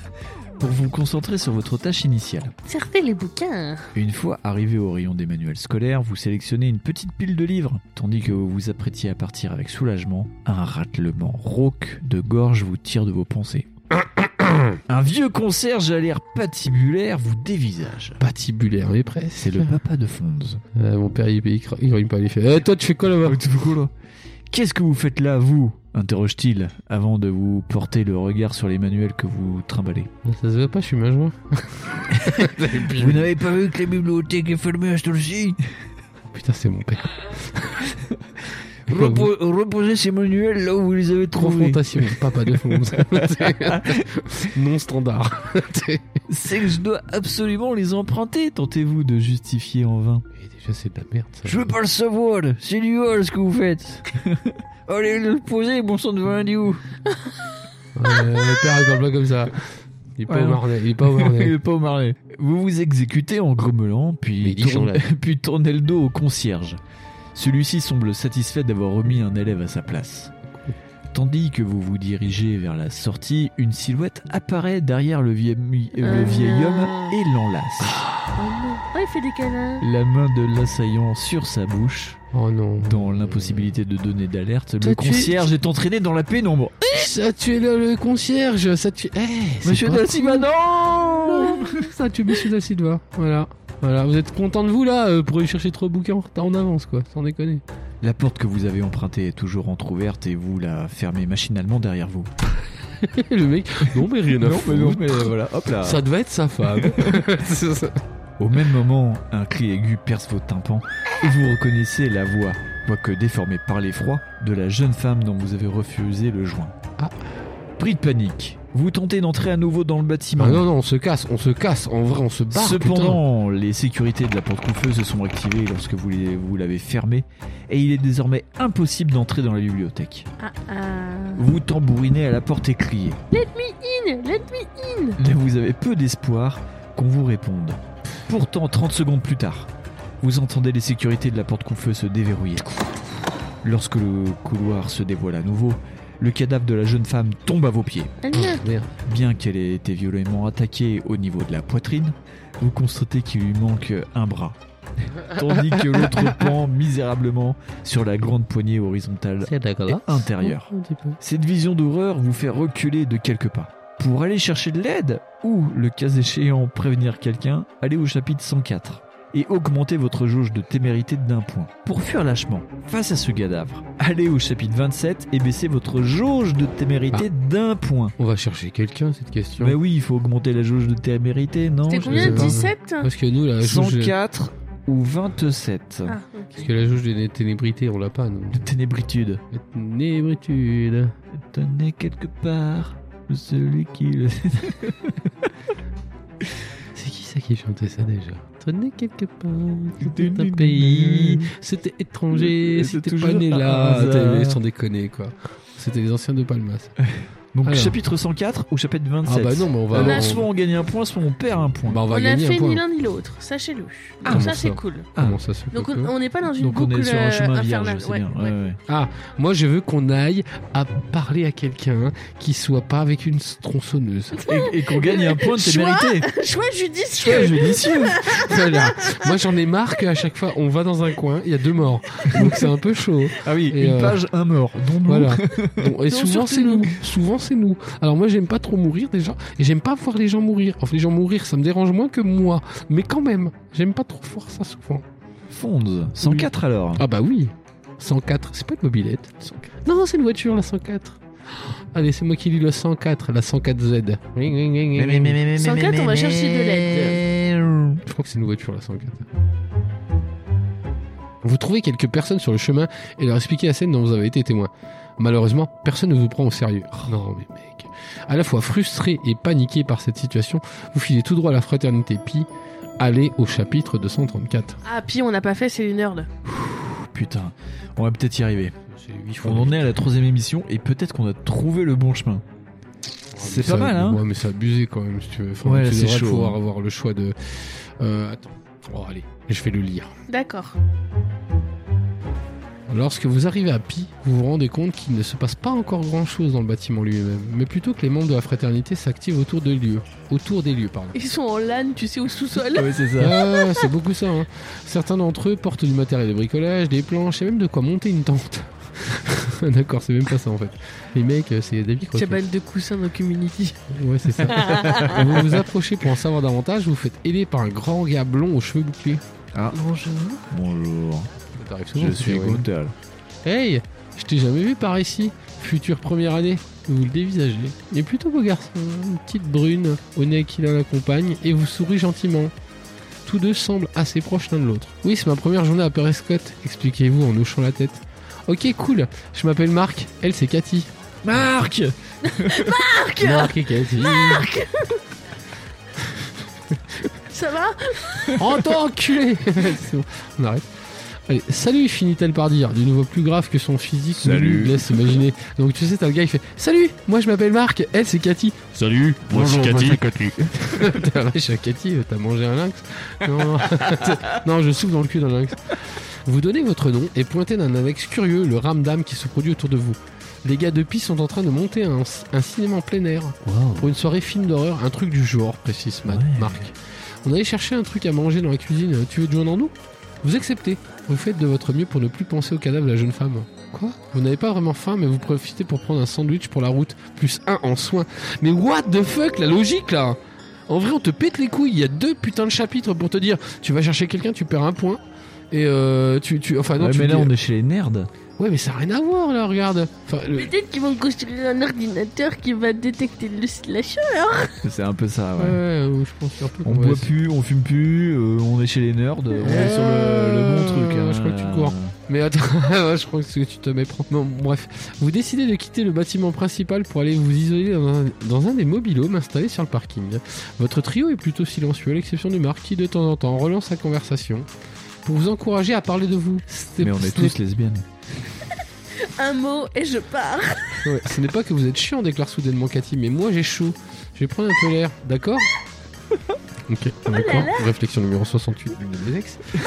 pour vous concentrer sur votre tâche initiale.
Servez les bouquins.
Une fois arrivé au rayon des manuels scolaires, vous sélectionnez une petite pile de livres, tandis que vous vous apprêtiez à partir avec soulagement, un râlement rauque de gorge vous tire de vos [COUGHS] pensées. un vieux concierge à l'air patibulaire vous dévisage.
Patibulaire, mais presque. [LAUGHS]
C'est le papa de Fonz.
Euh, mon père, il, il, cra- il grogne pas, il fait Eh, Toi, tu fais quoi
Ah,
là-bas
Qu'est-ce que vous faites là, vous interroge-t-il, avant de vous porter le regard sur les manuels que vous trimballez.
Ça se voit pas, je suis majeur.
[LAUGHS] Vous n'avez pas vu que la bibliothèque est fermée à ce temps-ci
Putain, c'est mon père.
Repo- Reposez ces manuels là où vous les avez trouvés.
Confrontation, papa de fond. [LAUGHS] non standard. [LAUGHS] Et
C'est que je dois absolument les emprunter, tentez-vous de justifier en vain.
déjà, c'est de la merde. Ça.
Je veux pas le savoir, c'est du vol ce que vous faites. [LAUGHS] Allez le poser, bon sang de Valindiou.
Ouais, le père, il parle pas comme ça. Il est pas
Ouais,
au
non.
marnet. Il est pas au [LAUGHS]
[LAUGHS]
marnet.
pas au marais. Vous vous exécutez en grommelant,
Mais
puis,
dis donc,
tourne- [LAUGHS] puis tournez le dos au concierge. Celui-ci semble satisfait d'avoir remis un élève à sa place. Tandis que vous vous dirigez vers la sortie, une silhouette apparaît derrière le vieil, euh,
Euh,
le vieil
non.
homme et l'enlace.
Oh non. Oh, il fait des câlins.
La main de l'assaillant sur sa bouche.
Oh non.
Dans l'impossibilité de donner d'alerte,
Toi,
le
tu-
concierge est entraîné dans la pénombre.
Ça tue le, le concierge, ça tue. Eh, c'est
Monsieur
pas
Da Silva, non
cool. [LAUGHS] Ça tue Monsieur Da Silva. Voilà. Voilà, vous êtes content de vous là euh, pour aller chercher trois bouquins en retard en avance quoi, sans déconner. [LAUGHS]
La porte que vous avez empruntée est toujours entr'ouverte et vous la fermez machinalement derrière vous.
le mec, non mais rien à foutre.
voilà, hop là.
Ça devait être sa femme. [LAUGHS] C'est ça.
Au même moment, un cri aigu perce vos tympans et vous reconnaissez la voix, quoique déformée par l'effroi, de la jeune femme dont vous avez refusé le joint.
Ah.
Pris de panique, vous tentez d'entrer à nouveau dans le bâtiment.
Ah non non, on se casse, on se casse. En vrai, on se barre.
Cependant, les sécurités de la porte coiffeuse se sont activées lorsque vous les- vous l'avez fermée et il est désormais impossible d'entrer dans la bibliothèque.
Ah ah.
Vous tambourinez à la porte et criez.
In, let me in.
Là, vous avez peu d'espoir qu'on vous réponde. Pourtant, 30 secondes plus tard, vous entendez les sécurités de la porte feu se déverrouiller. Lorsque le couloir se dévoile à nouveau, le cadavre de la jeune femme tombe à vos pieds.
Ah
putain.
non.
Pff, merde.
Bien qu'elle ait été violemment attaquée au niveau de la poitrine, vous constatez qu'il lui manque
[LAUGHS]
un bras. Tandis que l'autre pend misérablement sur la grande poignée horizontale
C'est d'accord.
et intérieure.
Un petit peu.
Cette vision d'horreur vous fait reculer de quelques pas. Pour aller chercher de l'aide, ou, le cas échéant, prévenir quelqu'un, allez au chapitre 104 et augmentez votre jauge de témérité d'un point. Pour fuir lâchement, face à ce cadavre, allez au chapitre 27 et baissez votre jauge de témérité
Ah.
d'un point.
On va chercher quelqu'un cette question.
Mais oui, il faut augmenter la jauge de témérité, non
C'était
je
combien
sais pas.
17
Parce que nous la jauge,
104 ou 27
Ah,
parce
ok.
que la jauge de ténébrité, on l'a pas nous.
de ténébritude.
La Ténébritude.
Tenez quelque part de celui qui le... [LAUGHS]
C'est qui ça qui chantait ça déjà Tenez quelque part,
C'était
c'était un
nul.
pays, c'était étranger,
Et
c'était
c'est
pas né
toujours
là,
un hasard. Ah,
T'es- sans déconner quoi. C'était les anciens de Palmas.
Donc
Alors.
chapitre 104 ou chapitre 27
Ah bah non, mais on va.
Alors,
on-
soit on gagne un point, soit on perd un point.
bah on va
On a
gagner un
fait
point.
ni l'un ni l'autre, sachez-le. Donc
Ah,
comment
ça,
ça
c'est cool.
Ah.
Comment ça se fait
Donc on
que-
on n'est pas dans une
Donc on
boucle
est sur un chemin
euh,
vierge,
infernale.
c'est
Ouais,
bien.
ouais.
ouais, ouais.
Moi je veux qu'on aille à parler à quelqu'un qui soit pas avec une tronçonneuse.
Et, et qu'on gagne un point de
Choix
témérité.
[LAUGHS] Choix judicieux.
Choix judicieux.
Voilà. Moi j'en ai marre qu'à chaque fois on va dans un coin, il y a deux morts. Donc c'est un peu chaud.
Ah oui,
Et
une
euh,
page, un mort. Donc
Voilà. Bon,
Non,
et souvent
surtout
c'est nous. Souvent c'est nous. Alors moi j'aime pas trop mourir déjà et j'aime pas voir les gens mourir. Enfin les gens mourir ça me dérange moins que moi. Mais quand même, j'aime pas trop voir ça souvent.
Fonde. 104 alors.
Ah bah oui. 104, c'est pas une mobilette. 104. Non, c'est une voiture la 104. Allez, c'est moi qui lis le 104, la 104Z. Oui, oui, oui, oui, oui.
104, on va chercher de l'aide.
Je crois que c'est une voiture la 104. Vous trouvez quelques personnes sur le chemin et leur expliquez la scène dont vous avez été témoin. Malheureusement, personne ne vous prend au sérieux. Oh, non mais mec. À la fois frustré et paniqué par cette situation, vous filez tout droit à la fraternité Pi, allez au chapitre 234.
Ah, puis on n'a pas fait, c'est une heure. là.
Oh, putain, on va peut-être y arriver.
C'est huit fois
On en
huit.
est à la troisième émission et peut-être qu'on a trouvé le bon chemin.
Oh, Mais
c'est pas
ça-
mal, hein
Ouais, mais c'est abusé quand même si tu veux.
Ouais,
tu
c'est
devrais
chaud,
pouvoir
hein.
avoir le choix de. Euh, attends. Oh, allez, je vais le lire.
D'accord.
Lorsque vous arrivez à Pi, vous vous rendez compte qu'il ne se passe pas encore grand chose dans le bâtiment lui-même, mais plutôt que les membres de la fraternité s'activent autour de lieux. Autour des lieux,
[LAUGHS]
pardon.
Ils sont en LAN, tu sais, au sous-sol.
Ouais, c'est ça.
Ah, c'est beaucoup ça. hein. Certains d'entre eux portent du matériel de bricolage, des planches et même de quoi monter une tente. [LAUGHS] D'accord, c'est même pas ça en fait. Les mecs, euh, c'est des
J'ai
micro
pas de coussins dans Community.
Ouais, c'est ça. Quand vous vous approchez pour en savoir davantage, vous vous faites aider par un grand gars blond aux cheveux bouclés.
Bonjour.
Ah. Bonjour,
Ça t'arrive souvent,
je
ça,
suis
ouais.
Gontal.
Hey, je t'ai jamais vu par ici. Future première année, vous le dévisagez. Mais plutôt beau garçon, une petite brune, au nez qui l'accompagne, et vous sourit gentiment. Tous deux semblent assez proches l'un de l'autre. Oui, c'est ma première journée à Perescott, expliquez-vous en hochant la tête. Ok, cool, je m'appelle Marc, elle c'est Cathy.
Marc
Marc
[LAUGHS] Marc et Cathy.
Ça va
[LAUGHS] En tant enculé C'est bon, on arrête. Allez, salut, finit-elle par dire, d'une voix plus grave que son physique ne
Salut.
lui laisse imaginer. Donc tu sais, t'as le gars, il fait Salut, moi je m'appelle Marc, elle c'est Cathy.
Salut, moi
Bonjour,
c'est
moi,
Cathy.
Putain, la vache, Cathy, [LAUGHS] euh, t'as mangé un lynx Non, [LAUGHS] non, je souffle dans le cul d'un lynx. Vous donnez votre nom et pointez d'un index curieux le ramdam qui se produit autour de vous. les gars de Pi sont en train de monter un, un cinéma en plein air pour une soirée film d'horreur, un truc du genre, précise Matt-
Ouais.
Marc. On allait chercher un truc à manger dans la cuisine. Euh, Tu veux te joindre à nous Vous acceptez. Vous faites de votre mieux pour ne plus penser au cadavre de la jeune femme. Quoi Vous n'avez pas vraiment faim, mais vous profitez pour prendre un sandwich pour la route, plus un en soins. Mais what the fuck, la logique là En vrai, on te pète les couilles. Il y a deux putains de chapitres pour te dire tu vas chercher quelqu'un, tu perds un point. Et euh, tu, tu. Enfin, non,
Ouais,
tu
mais là,
dis-
on est chez les nerds.
Ouais, mais ça n'a rien à voir là, regarde. Enfin, le-
Peut-être qu'ils vont construire un ordinateur qui va détecter le slasher.
C'est un peu ça, ouais.
Ouais, euh, je pense surtout.
On
qu'on va
boit
essayer.
plus, on fume plus, euh, on est chez les nerds, on est sur le, le bon truc. hein.
Euh, Je crois que tu cours. Mais attends, [LAUGHS] je crois que c'est que tu te méprends. Non, bref. Vous décidez de quitter le bâtiment principal pour aller vous isoler dans un, dans un des mobilhomes installés sur le parking. Votre trio est plutôt silencieux, à l'exception de Marc qui, de temps en temps, relance sa conversation pour vous encourager à parler de vous. C'était-
Mais on est
ce n'est-
tous lesbiennes.
Un mot et je pars.
Ouais, ce n'est pas que vous êtes chiant, déclare soudainement Cathy, mais moi j'ai chaud. Je vais prendre un peu l'air, d'accord [LAUGHS] Ok, d'accord. Réflexion numéro 68 d'une de mes ex. [LAUGHS]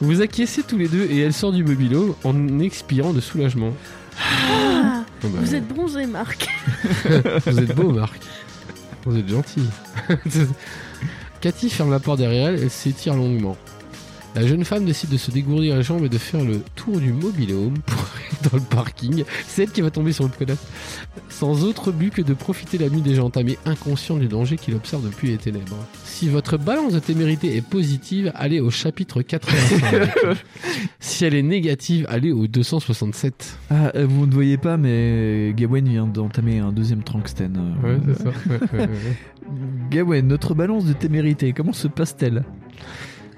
vous acquiescez tous les deux et elle sort du mobilo en expirant de soulagement. Oh bah,
Vous êtes bronzé, Marc.
vous êtes beau, Marc. Vous êtes [LAUGHS] gentil. Cathy ferme la porte derrière elle et s'étire longuement. La jeune femme décide de se dégourdir les jambes et de faire le tour du mobilhome pour aller dans le parking. C'est elle qui va tomber sur le connasse. Sans autre but que de profiter la nuit déjà entamée, inconscient du danger qu'il observe depuis les ténèbres. Si votre balance de témérité est positive, allez au chapitre 85. [LAUGHS] si elle est négative, allez au 267.
Ah, euh, vous ne voyez pas, mais Gawain vient d'entamer un deuxième Tranksten. Euh,
Ouais, c'est ça.
Gawain, notre balance de témérité, comment se passe-t-elle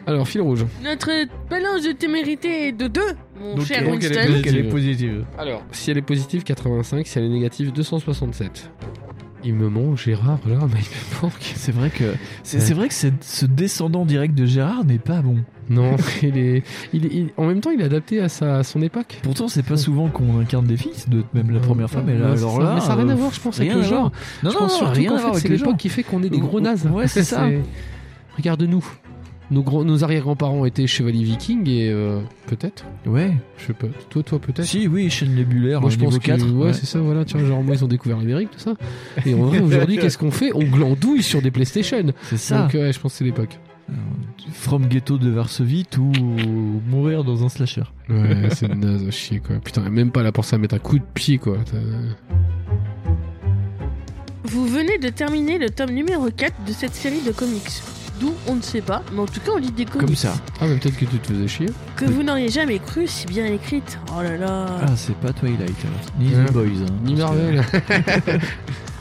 Alors, fil rouge.
Notre balance de témérité est de 2, mon
Donc,
euh,
cher
donc, elle est
Winston.
positive.
positive.
Alors, si elle est positive, 85, si elle est négative, 267. Il me manque Gérard là, mais il me manque.
C'est vrai que c'est
Ouais.
c'est vrai que c'est- ce descendant direct de Gérard n'est pas bon.
Non, il est, il, est- il- en même temps, il est adapté à, sa, à son époque.
Pourtant, c'est pas souvent qu'on incarne des fils, de même la première femme. Et là,
Ouais, c'est
alors
ça.
là,
mais ça n'a rien
euh,
à voir, je pense,
rien
avec le
à voir.
genre.
Non,
je
non,
pense
non,
surtout
rien
qu'en
à
fait,
voir avec
c'est
le genre.
l'époque qui fait qu'on est des gros nazes.
Ouais, c'est ça.
Regarde-nous. Nos, grands- nos arrière-grands-parents étaient chevaliers vikings et euh, peut-être,
Ouais.
je sais pas, toi, toi peut-être.
Si, oui, chaîne nébulaire.
Moi je pense
niveau
que
4.
ouais, c'est ça voilà tu vois genre moi ils ont découvert l'Amérique tout ça et en
[LAUGHS]
vrai aujourd'hui qu'est-ce qu'on fait on glandouille sur des PlayStation
c'est ça.
donc ouais, je pense que c'est l'époque
From ghetto de Varsovie, tout mourir dans un slasher.
Ouais, c'est naze à chier quoi. Putain, elle a même pas là pour ça mettre un coup de pied quoi. T'as-
Vous venez de terminer le tome numéro 4 de cette série de comics. D'où on ne sait pas, mais en tout cas on lit des comics.
Comme ça.
Ah, mais peut-être que tu te faisais chier.
Que vous n'auriez jamais cru si bien écrite. Oh là là.
Ah, c'est pas Twilight alors. Ni
Ouais.
The Boys. hein,
Ni
parce que-
Marvel.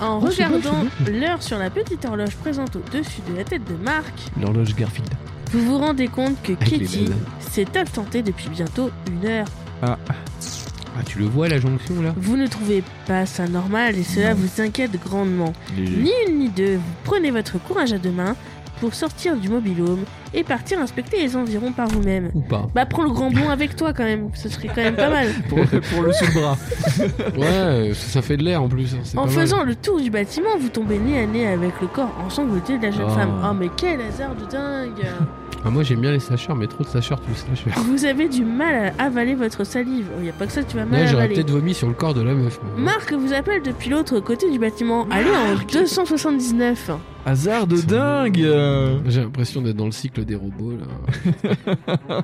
En
Oh, c'est bon,
regardant l'heure sur la petite horloge présente au-dessus de la tête de Marc,
L'horloge Garfield.
vous vous rendez compte que
les
Kitty
belles.
s'est absentée depuis bientôt une heure.
[LAUGHS] Ah, tu le vois la jonction là
Vous ne trouvez pas ça normal et cela
Non.
vous inquiète grandement.
Léger.
Ni une ni deux, vous prenez votre courage à deux mains pour sortir du mobilhome et partir inspecter les environs par vous-même.
Ou [LAUGHS] pas
Bah prends le grand blond avec toi quand même, ce serait quand même pas
[LAUGHS]
mal.
Pour, pour le sous-bras.
Ouais, ça, ça fait de l'air en plus. hein, c'est
En
pas mal.
faisant le tour du bâtiment, vous tombez nez à nez avec le corps ensangloté de la jeune
Oh.
femme. Oh mais quel hasard de
[LAUGHS]
dingue
Ah, moi j'aime bien les slashers, mais trop de slashers, tous les slashers.
Vous avez du mal à avaler votre salive. Il n'y a pas que ça, tu vas mal
Là, j'aurais
avaler.
peut-être vomi sur le corps de la meuf. moi.
Marc vous appelle depuis l'autre côté du bâtiment. Allez en 279.
Hasard de dingue euh.
J'ai l'impression d'être dans le cycle des robots [LAUGHS] là.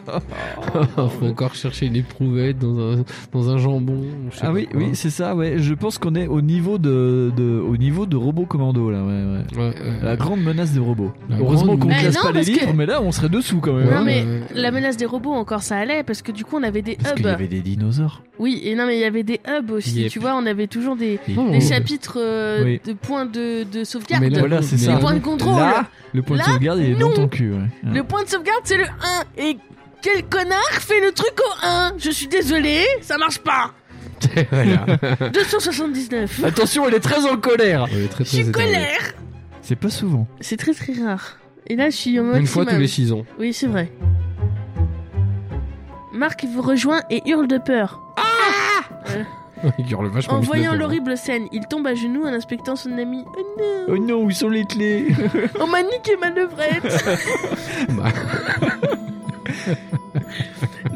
Faut encore chercher une éprouvette dans un, dans un jambon. je sais
Ah
pas
oui,
quoi.
oui, c'est ça, ouais. Je pense qu'on est au niveau de, de, au niveau de Robot Commando, là, ouais, ouais.
Ouais, ouais.
La grande menace des robots.
La
Heureusement
grande
qu'on
menace.
Eh
classe
non,
pas les
parce que-
livres, mais là, on serait dessous quand même. hein.
Ouais,
Non, mais
ouais.
La menace des robots, encore ça allait, parce que du coup, on avait des
Parce qu'il
hubs.
y avait des dinosaures.
Oui, et non, mais il y avait des hubs aussi.
Yep.
Tu vois, on avait toujours des,
Non,
des
[LAUGHS] mais-
chapitres euh,
Oui.
de points de, de sauvegarde.
mais là,
Voilà, c'est
mais
ça.
Les
là,
points de contrôle.
Là, le point
Là,
de sauvegarde, il est
non.
dans ton cul, ouais.
Le point de sauvegarde, c'est le 1. Et quel connard fait le truc au 1 Je suis désolé, ça marche
[LAUGHS]
pas.
voilà. Ah,
279.
Attention, elle est très en colère
On
Je
est très, très
suis
énervés.
colère.
C'est pas souvent.
C'est très très rare. Et là, je suis en mode.
Une fois
Simon.
tous les 6 ans.
Oui, c'est vrai. Marc vous rejoint et hurle de peur.
Il hurle vachement
En
vite,
voyant
le hein. pauvre.
l'horrible scène, il tombe à genoux en inspectant son ami. Oh non
Oh non, où sont les [LAUGHS] clés
On m'a niqué ma
[LAUGHS]
levrette
Bah.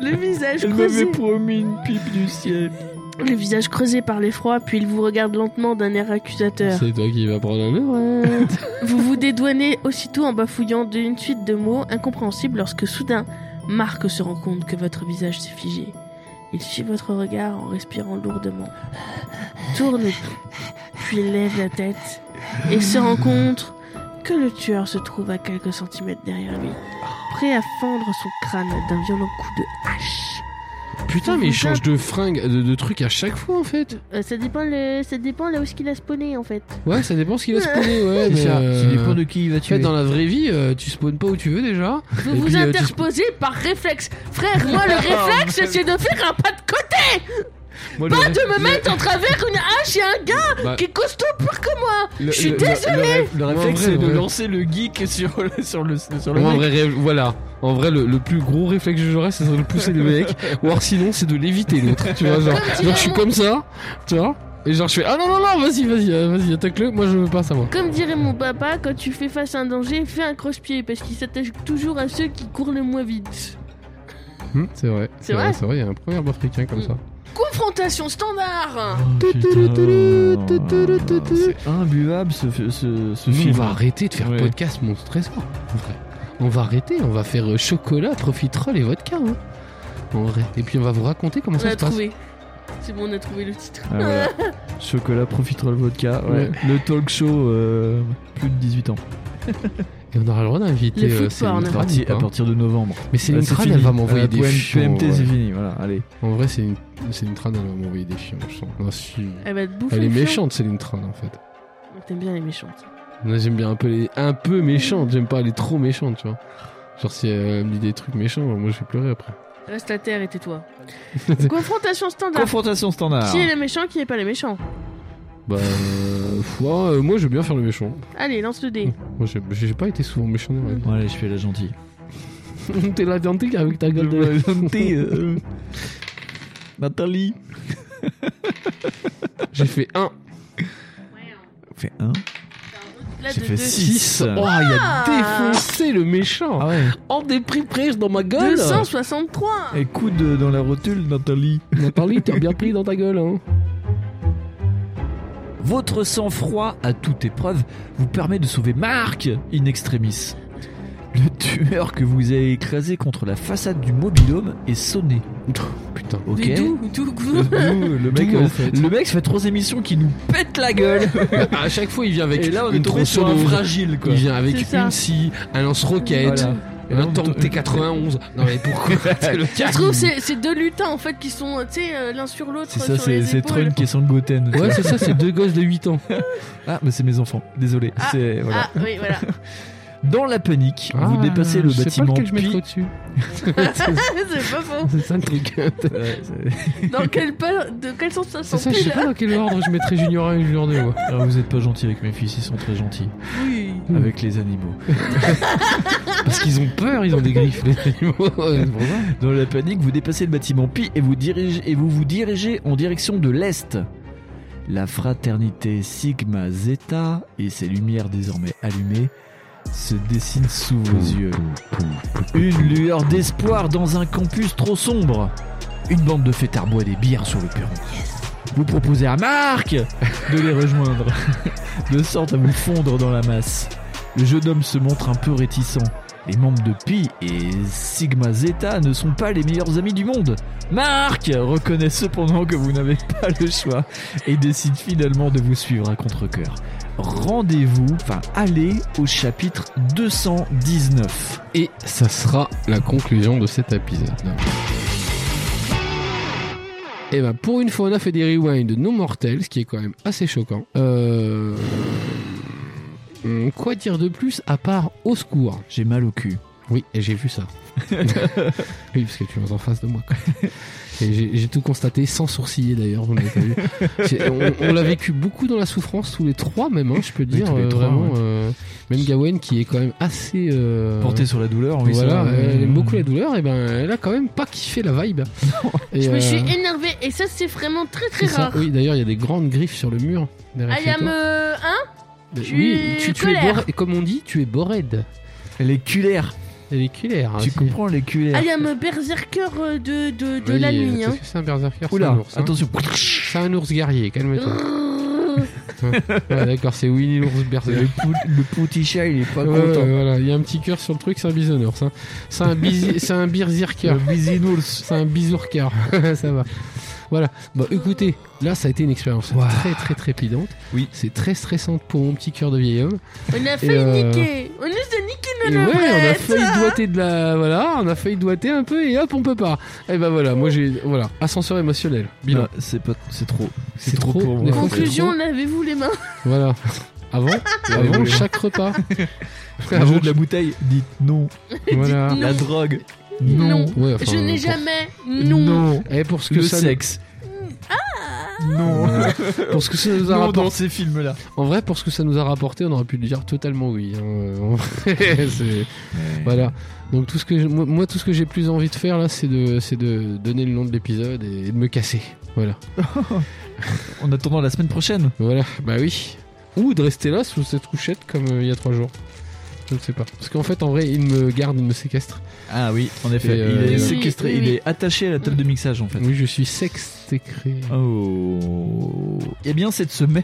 Le visage
Elle m'avait
creusé
promis une pipe du ciel.
le visage creusé par l'effroi, puis il vous regarde lentement d'un air accusateur.
C'est toi qui vas prendre hein. un oreille.
Vous vous dédouanez aussitôt en bafouillant d'une suite de mots incompréhensibles lorsque soudain, Marc se rend compte que votre visage s'est figé. Il suit votre regard en respirant lourdement, tourne, puis lève la tête et se rend compte que le tueur se trouve à quelques centimètres derrière lui, prêt à fendre son crâne d'un violent coup de hache.
Putain, mais il change de fringue, de, de truc à chaque fois en fait.
Euh, ça, dépend le... ça dépend là où ce qu'il a spawné en fait.
Ouais, ça dépend ce qu'il a spawné. Ouais, mais,
C'est ça,
euh,
ça dépend de qui il va
En fait,
tuer.
dans la vraie vie, euh, tu spawns pas où tu veux déjà.
Vous
Et
vous
puis, euh, tu-
interposez par réflexe. Frère,
[LAUGHS]
moi le réflexe c'est de faire un pas de côté,
Moi,
pas
le-
de me mettre en travers une hache et un gars
Bah.
qui est costaud pire que moi.
Le-
Je suis
le-
désolé.
Le
Ouais, en
réflexe,
vrai,
c'est de
ouais.
lancer le geek sur le, sur le, sur le
Ouais, en
mec.
vrai, rêve- voilà. En vrai, le, le plus gros réflexe que j'aurais, c'est de pousser le mec. Ou alors sinon, c'est de l'éviter l'autre. Tu vois, genre,
Comme tu
genre,
veux,
je suis
mon-
comme ça, tu vois. Et genre, je fais Ah non, non, non, vas-y, vas-y, euh, vas-y, attaque-le. Moi, je veux pas savoir.
Comme dirait mon papa, quand tu fais face à un danger, fais un croche-pied parce qu'il s'attache toujours à ceux qui courent le moins vite.
Hmm, c'est vrai.
C'est vrai Hmm.
C'est vrai, il y a un premier africain comme ça.
Confrontation standard.
C'est imbuvable ce, ce, ce
Nous, on
film. Ah,
va arrêter de faire
Ouais.
podcast Monstre Trésor. En vrai. On va arrêter, on va faire euh, chocolat, profiterole et vodka. hein. En vrai. Et puis, on va vous raconter comment
On
ça
a
se passe.
trouvé. C'est bon, on a trouvé le titre.
[LAUGHS]
Ah, voilà. Chocolat, profiterole, vodka.
Ouais.
ouais. Le talk show, euh, plus de 18 ans.
Et on aura le droit d'inviter
Le food
euh, Céline
porn.
Tran,
À partir-
ou pas
à partir de novembre.
Mais c'est
Là,
une
c'est
crâne,
fini.
elle va m'envoyer
Euh,
des
PMT,
fions.
PMT,
ouais.
c'est fini. Voilà, allez.
En vrai, c'est une, c'est une Tran, elle va m'envoyer des fions, je sens. Ah, si.
Elle va te bouffer.
Elle est
le fion.
méchante, Céline Tran, en fait.
Oh, T'aimes bien les méchantes.
Moi, J'aime bien un peu les, un peu méchante, j'aime pas les trop méchante, tu vois. Genre, si elle me dit des trucs méchants, moi je vais pleurer après.
Reste à terre et tais-toi. Confrontation standard.
Confrontation standard.
Qui est le méchant, qui n'est pas le méchant
Bah, euh, [LAUGHS] foi, euh, moi j'aime bien faire le méchant.
Allez, lance le dé.
Moi j'ai- j'ai pas été souvent méchant dans ma vie.
Bon, allez, je fais
[LAUGHS]
la gentille.
T'es la dentée avec ta gueule de.
Gentille,
E.
euh, Nathalie.
[LAUGHS] J'ai fait 1,
Fait un.
Là,
J'ai
de
fait
deux.
six.
6. Oh, il a
Ah.
défoncé le méchant.
Ah ouais.
En déprimé dans ma gueule.
263
Ah.
Et coude dans la rotule, Nathalie.
Nathalie, t'as bien pris dans ta gueule, hein.
Votre sang-froid à toute épreuve vous permet de sauver Marc in extremis. Le tueur que vous avez écrasé contre la façade du mobilhome est sonné.
Putain.
Ok
Mais d'où D'où
Euh,
d'où
nous, le, mec,
D'où, en
euh,
fait
le mec, ça fait trois émissions qui nous pète la gueule.
[LAUGHS] À chaque fois, il vient avec
Et là, on est
une
tombé sur un
tronçonneuse.
fragile, quoi.
Il vient avec
C'est ça.
une scie, un lance-roquette,
Voilà. Et là,
un
on
tank
est-
T91. Non mais pourquoi [LAUGHS] C'est le
Je
casque
trouve c'est c'est deux lutins en fait qui sont euh, tu sais euh, l'un sur l'autre
C'est
euh,
ça,
sur les
c'est c'est
épaules.
Trun qui est sans Goten.
Ouais, c'est ça, c'est deux gosses de 8 ans.
Ah, mais c'est mes enfants. Désolé.
Ah,
C'est- voilà.
Ah oui
[LAUGHS]
voilà. [LAUGHS]
Dans la panique, vous dépassez le bâtiment.
C'est pas lequel je mettrais
pi-
au-dessus.
c'est pas faux.
[LAUGHS] C'est ça le truc.
Ouais, c'est-
Dans quel pas de quel sens ça
C'est
sent
ça, je sais pas dans quel ordre je mettrais Junior 1 et Junior 2. [LAUGHS] moi.
Alors, vous êtes pas gentil avec mes fils, ils sont très gentils.
Oui.
Avec les animaux. [LAUGHS]
Parce qu'ils ont peur, ils ont des griffes, les animaux. C'est pour ça.
Dans la panique, vous dépassez le bâtiment Pi et vous, dirigez, et vous vous dirigez en direction de l'Est. La fraternité Sigma Zeta et ses lumières désormais allumées se dessinent sous vos yeux. Une lueur d'espoir dans un campus trop sombre. Une bande de fêtards boit des bières sur le perron. Vous proposez à Marc de les rejoindre, [LAUGHS] de sorte à vous fondre dans la masse. Le jeune homme se montre un peu réticent. Les membres de Pi et Sigma Zeta ne sont pas les meilleurs amis du monde. Marc reconnaît cependant que vous n'avez pas le choix et décide finalement de vous suivre à contre-coeur. Rendez-vous, enfin allez au chapitre 219.
Et ça sera la conclusion de cet épisode. Et ben pour une fois on a fait des rewinds non mortels, ce qui est quand même assez choquant. Euh... hum, Quoi dire de plus à part au secours
J'ai mal au cul.
Oui, et j'ai vu
[LAUGHS]
ça. oui, parce que tu es en face de moi. quoi. Et j'ai j'ai tout constaté, sans sourciller d'ailleurs, vous l'avez pas vu. J'ai- On, on l'a vécu beaucoup dans la souffrance, tous les trois même, hein, je peux dire.
tous les
euh,
trois,
vraiment,
ouais.
euh, même Gawain qui est quand même assez... euh,
Porté sur la douleur, oui.
voilà,
ça,
elle
euh,
aime beaucoup la douleur, et ben elle a quand même pas kiffé la vibe.
[LAUGHS]
Et,
Je
euh,
me suis énervée et ça c'est vraiment très
c'est
très
ça.
rare.
Oui, d'ailleurs, il y a des grandes griffes sur le mur. derrière
I
chez
am
toi.
euh, hein
Oui,
je suis
tu, tu es
colère.
boré- comme on dit, tu es borède.
Elle est culaire.
Elle est culaire. hein,
Tu
c'est-
comprends les
Ah,
cuillères.
il y a un berserker euh, de, de, de
Oui,
la
euh,
nuit.
qu'est-ce
Hein.
que C'est un berserker, c'est un
Oula,
ours. hein.
attention.
C'est un ours
[LAUGHS]
guerrier, calme-toi.
Brrr.
Ouais, D'accord, c'est Winnie l'ours berserker.
Le, pou- le petit chat, il est pas
Ouais,
content.
ouais, voilà, il y a un petit cœur sur le truc, c'est un bisounours. hein. C'est un,
[LAUGHS]
bisi- c'est un berserker.
Le bisounours.
C'est un bisourcard, [LAUGHS] ça va. Voilà, bah écoutez, là ça a été une expérience
Waouh.
très très trépidante.
Oui.
C'est très stressante pour mon petit cœur de vieil homme.
On a failli
euh,
niquer. On nous a niqué
Et
nos
ouais, on a
lavrettes.
failli doiter de la. Voilà, on a failli doiter un peu et hop, on peut pas. Et ben voilà, moi j'ai. Voilà, ascenseur émotionnel. Bilan.
Non, Bah, c'est pas, Ah, c'est trop.
C'est trop, des fois, c'est
Conclusion, lavez-vous les mains.
Voilà.
[LAUGHS]
Avant, avant chaque repas.
Avant de la bouteille, dites non.
Voilà.
Dites non.
La drogue,
Non.
Ouais, enfin,
Je n'ai
pour-
jamais. Non.
Et Eh, pour ce que
le
ça,
sexe.
Ah.
[LAUGHS] Non.
pour ce que ça nous a
Non, dans
rapporté,
ces films-là.
en vrai, pour ce que ça nous a rapporté, on aurait pu le dire totalement oui. hein, euh, [LAUGHS] c'est- voilà. Donc tout ce que je- moi, moi, tout ce que j'ai plus envie de faire là, c'est de, c'est de donner le nom de l'épisode et, et de me casser. Voilà.
En attendant la semaine prochaine.
Voilà. Bah oui. Ou de rester là sous cette couchette comme euh, il y a trois jours. Je ne sais pas. Parce qu'en fait, en vrai, il me garde, il me séquestre.
Ah oui, en effet.
Et, euh,
il est
oui,
séquestré,
oui,
il
oui.
est attaché à la table de mixage en fait.
Oui, je suis sextécré.
Ah Oh. Eh bien, cette semaine,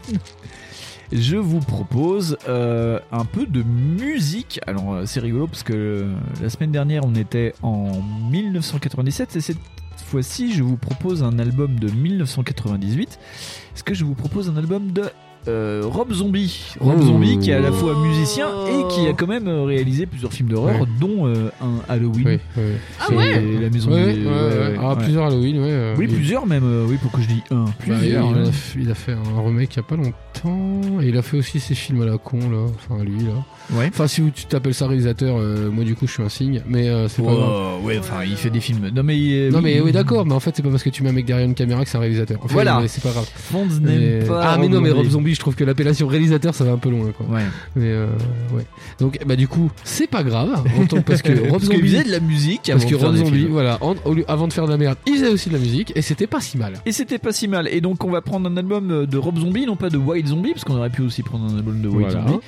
[LAUGHS] je vous propose euh, un peu de musique. Alors, euh, c'est rigolo parce que euh, la semaine dernière, on était en 1997 et cette fois-ci, je vous propose un album de 1998. Est-ce que je vous propose un album de euh, Rob Zombie Rob
Oh.
Zombie qui est à la fois musicien et qui a quand même euh, réalisé plusieurs films d'horreur,
Ouais.
dont euh, un Halloween.
Oui, oui.
Ah
C'est
ouais
La maison
Ouais,
des-
ouais,
ouais,
ouais.
ouais,
Ah,
ouais.
plusieurs Halloween, ouais. euh,
Oui,
il-
plusieurs même. euh, oui, pourquoi je dis un
bah, il,
Plusieurs.
il en
ouais.
a, f- il a fait un remake il y a pas longtemps. Et il a fait aussi ses films à la con, là. Enfin, lui, là.
Ouais.
Enfin, si tu t'appelles ça réalisateur, euh, moi, du coup, je suis un signe. Mais euh, c'est pas grave.
Oh, ouais, enfin, il fait des films. Non, mais. euh,
Non, mais oui, d'accord. Mais en fait, c'est pas parce que tu mets un mec derrière une caméra que c'est un réalisateur. Enfin,
Voilà.
mais C'est pas grave.
Fonds
Mais-
n'aime pas. Oh,
ah, mais non, mais Rob
Zombie.
Zombie, je trouve que l'appellation réalisateur, ça va un peu loin, quoi.
Ouais.
Mais euh, ouais. Donc, bah, du coup, c'est pas grave. en [LAUGHS] tant- Parce que Rob
Euh, Parce qu'il
Zombie.
faisait de la musique avant
Parce que
de faire
Rob
des
Zombie,
films.
voilà, en- au lieu- avant de faire de la merde, il faisait aussi de la musique et c'était pas si mal.
Et c'était pas si mal. Et donc, on va prendre un album euh, de Rob Zombie, non pas de Wild Zombie, parce qu'on aurait pu aussi prendre un album de Wild
Voilà.
Zombie.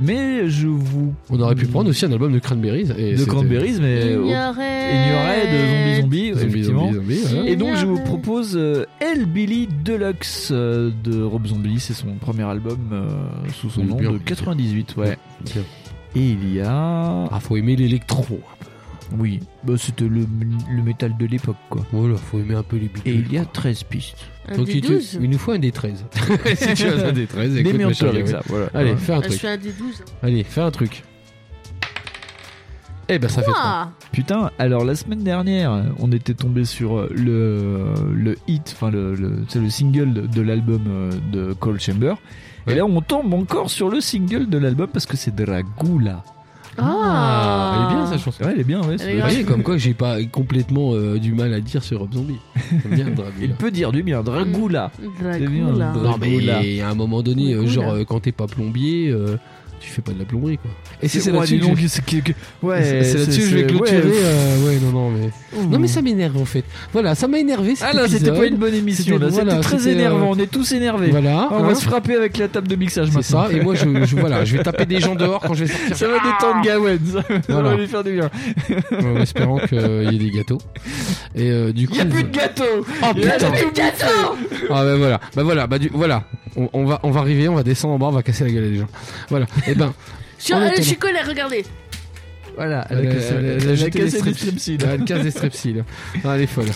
Mais je vous.
On aurait pu prendre aussi un album Mm. de Cranberries. Et
De
c'était-
Cranberries, mais.
oh.
au- Ignoré de Zombie Zombie,
Zombie,
effectivement.
zombie, zombie, voilà.
Et donc je vous
Ignoré.
propose euh, El Billy Deluxe euh, de Rob Zombie, c'est son premier album euh, sous son
Oui,
nom
bien,
de
bien.
98, ouais.
Bien.
Et il y a...
Ah, faut aimer l'électro.
Oui, bah, c'était le, le métal de l'époque quoi.
Voilà, faut aimer un peu les bidules.
Et il y a 13 pistes.
Un
Donc,
des
il, te-
12.
il nous faut un des 13. si tu as un des 13, écoute, ma
Démerde-toi
chérie,
avec
ouais.
ça, voilà.
Allez, fais un
Ah, Je
truc.
suis un des 12.
Allez, fais un truc. Eh ben, ça fait trois.
Ah,
Putain, alors la semaine dernière, on était tombé sur euh, le, le hit, enfin le, le, c'est le single de- de l'album euh, de Cold Chamber.
Ouais.
Et là, on tombe encore sur le single de l'album parce que c'est Dragula.
Ah.
Elle est bien, sa chanson.
Ouais, elle est bien,
Elle
ouais.
est
Vous
c'est-
grave.
voyez, comme quoi, j'ai pas complètement euh, du mal à dire sur Rob Zombie. J'aime bien Dracula.
Il peut dire du bien, Dragula.
Mm. Dracula.
bien.
Non, mais à un moment donné, euh,
Cool. hein.
genre, euh, quand t'es pas plombier, euh, tu fais pas de la plomberie, quoi. Et si
Ouais,
là-dessus
dis
que je-
donc, c'est que- que-
c'est-
Ouais,
c'est là-dessus que je vais
c'est- ouais,
clôturer.
pff,
euh, Ouais, non, non, mais.
ouh.
Non mais ça m'énerve en fait. Voilà, ça m'a énervé.
Ah là, c'était pas une bonne émission,
C'était-
là. C'était
voilà,
très
c'était, euh,
énervant, on est tous énervés.
Voilà,
Ah, on
hein,
va se frapper avec la table de mixage
c'est
maintenant.
ça. Et moi, je, je- voilà, je vais taper des gens dehors quand je vais sortir.
Ça va détendre Gawen, [LAUGHS] ça ça va
Ah. Voilà.
lui faire du bien.
En espérant qu'il y ait des gâteaux. Et euh, du coup.
Il y a plus de gâteau
Oh
Il y a
putain
plus de gâteau
Ah bah voilà, bah voilà, bah du, voilà. On, on va, on va arriver, on va descendre en bas, on va casser la gueule des gens. Voilà. Et [LAUGHS] ben,
Sur
En
euh,
attendant.
je suis collé, regardez.
Voilà,
elle a cassé- elle a jeté les
des
strepsils. elle casse des strepsils. Ah, elle est folle.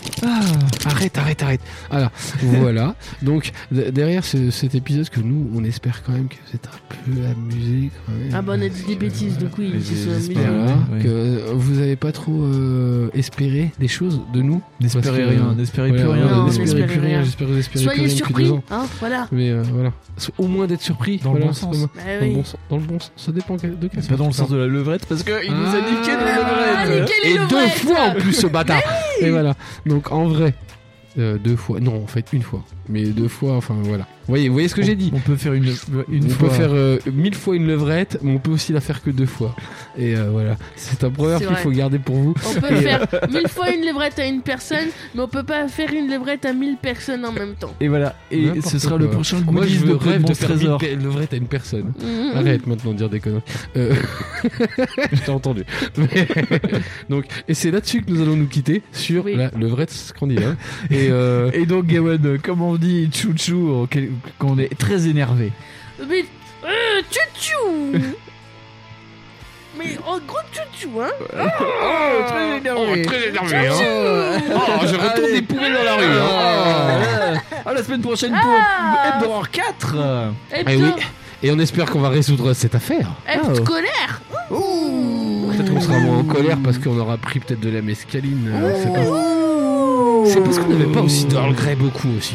Arrête, arrête, arrête. Alors, voilà. Donc d- derrière ce- cet épisode que nous, on espère quand même que vous êtes un peu amusés. Quand même.
Ah bah on a dit des bêtises, donc oui,
Mais
ils se sont
j'espère.
amusés.
Voilà,
Oui.
que vous n'avez pas trop euh, espéré des choses de nous.
N'espérez
Parce que,
rien,
euh,
n'espérez
voilà,
plus rien.
voilà,
Non,
n'espérez
n'espérez
plus rien.
rien.
J'espère que vous espérez plus
Soyez
rien depuis
surpris,
deux ans.
hein, voilà.
Mais euh, voilà, au moins d'être surpris.
Dans le
voilà,
bon
c'est
sens.
pas mal.
Bah
Dans le
oui.
Ah bon sens. Dans le bon sens. Ça dépend quel- de quel
C'est pas dans le sens de la levrette parce qu'il nous a niqué
Ah,
les levrettes.
nickel,
Et
il le
deux
vrai.
fois en plus, ce bâtard. Et voilà. Donc en vrai, euh, deux fois. Non, en fait, une fois. mais deux fois, enfin voilà. Vous voyez, vous voyez ce que j'ai dit
On peut faire une, une
on
fois.
peut faire euh, mille fois une levrette, mais on peut aussi la faire que deux fois. Et euh, voilà, c'est un proverbe
C'est
qu'il
vrai.
faut garder pour vous.
On peut faire
euh,
mille fois une levrette à une personne, mais on peut pas faire une levrette à mille personnes en même temps.
Et voilà. Et
N'importe
ce sera
quoi.
le prochain
Moi,
Goodies
je
de
me
Claude
rêve de faire
Montrésor.
mille levrette à une personne.
Mhm.
Arrête maintenant de dire des conneries. Euh, [LAUGHS] je t'ai entendu. Mais- Donc, et c'est là-dessus que nous allons nous quitter sur
Oui.
la levrette scandinave. Et euh,
Et donc, Gawen, euh, comme on dit, chouchou, en quel- qu'on est très énervé.
Mmh, Mais. Euh, tchou
[LAUGHS]
Mais en gros tchou hein
Oh, très énervé.
très énervé. hein. Oh, je retourne
Allez.
des poubelles dans la rue. hein.
Ah, ah, la semaine prochaine pour
Ah.
Hebdo 4
Et
Eh
puis,
oui. Ah, oh. Et on espère qu'on va résoudre cette affaire.
être colère
Peut-être qu'on sera moins en colère parce qu'on aura pris peut-être de la mescaline. euh, c'est pas- C'est parce qu'on n'avait pas aussi d'Earl Grey beaucoup aussi.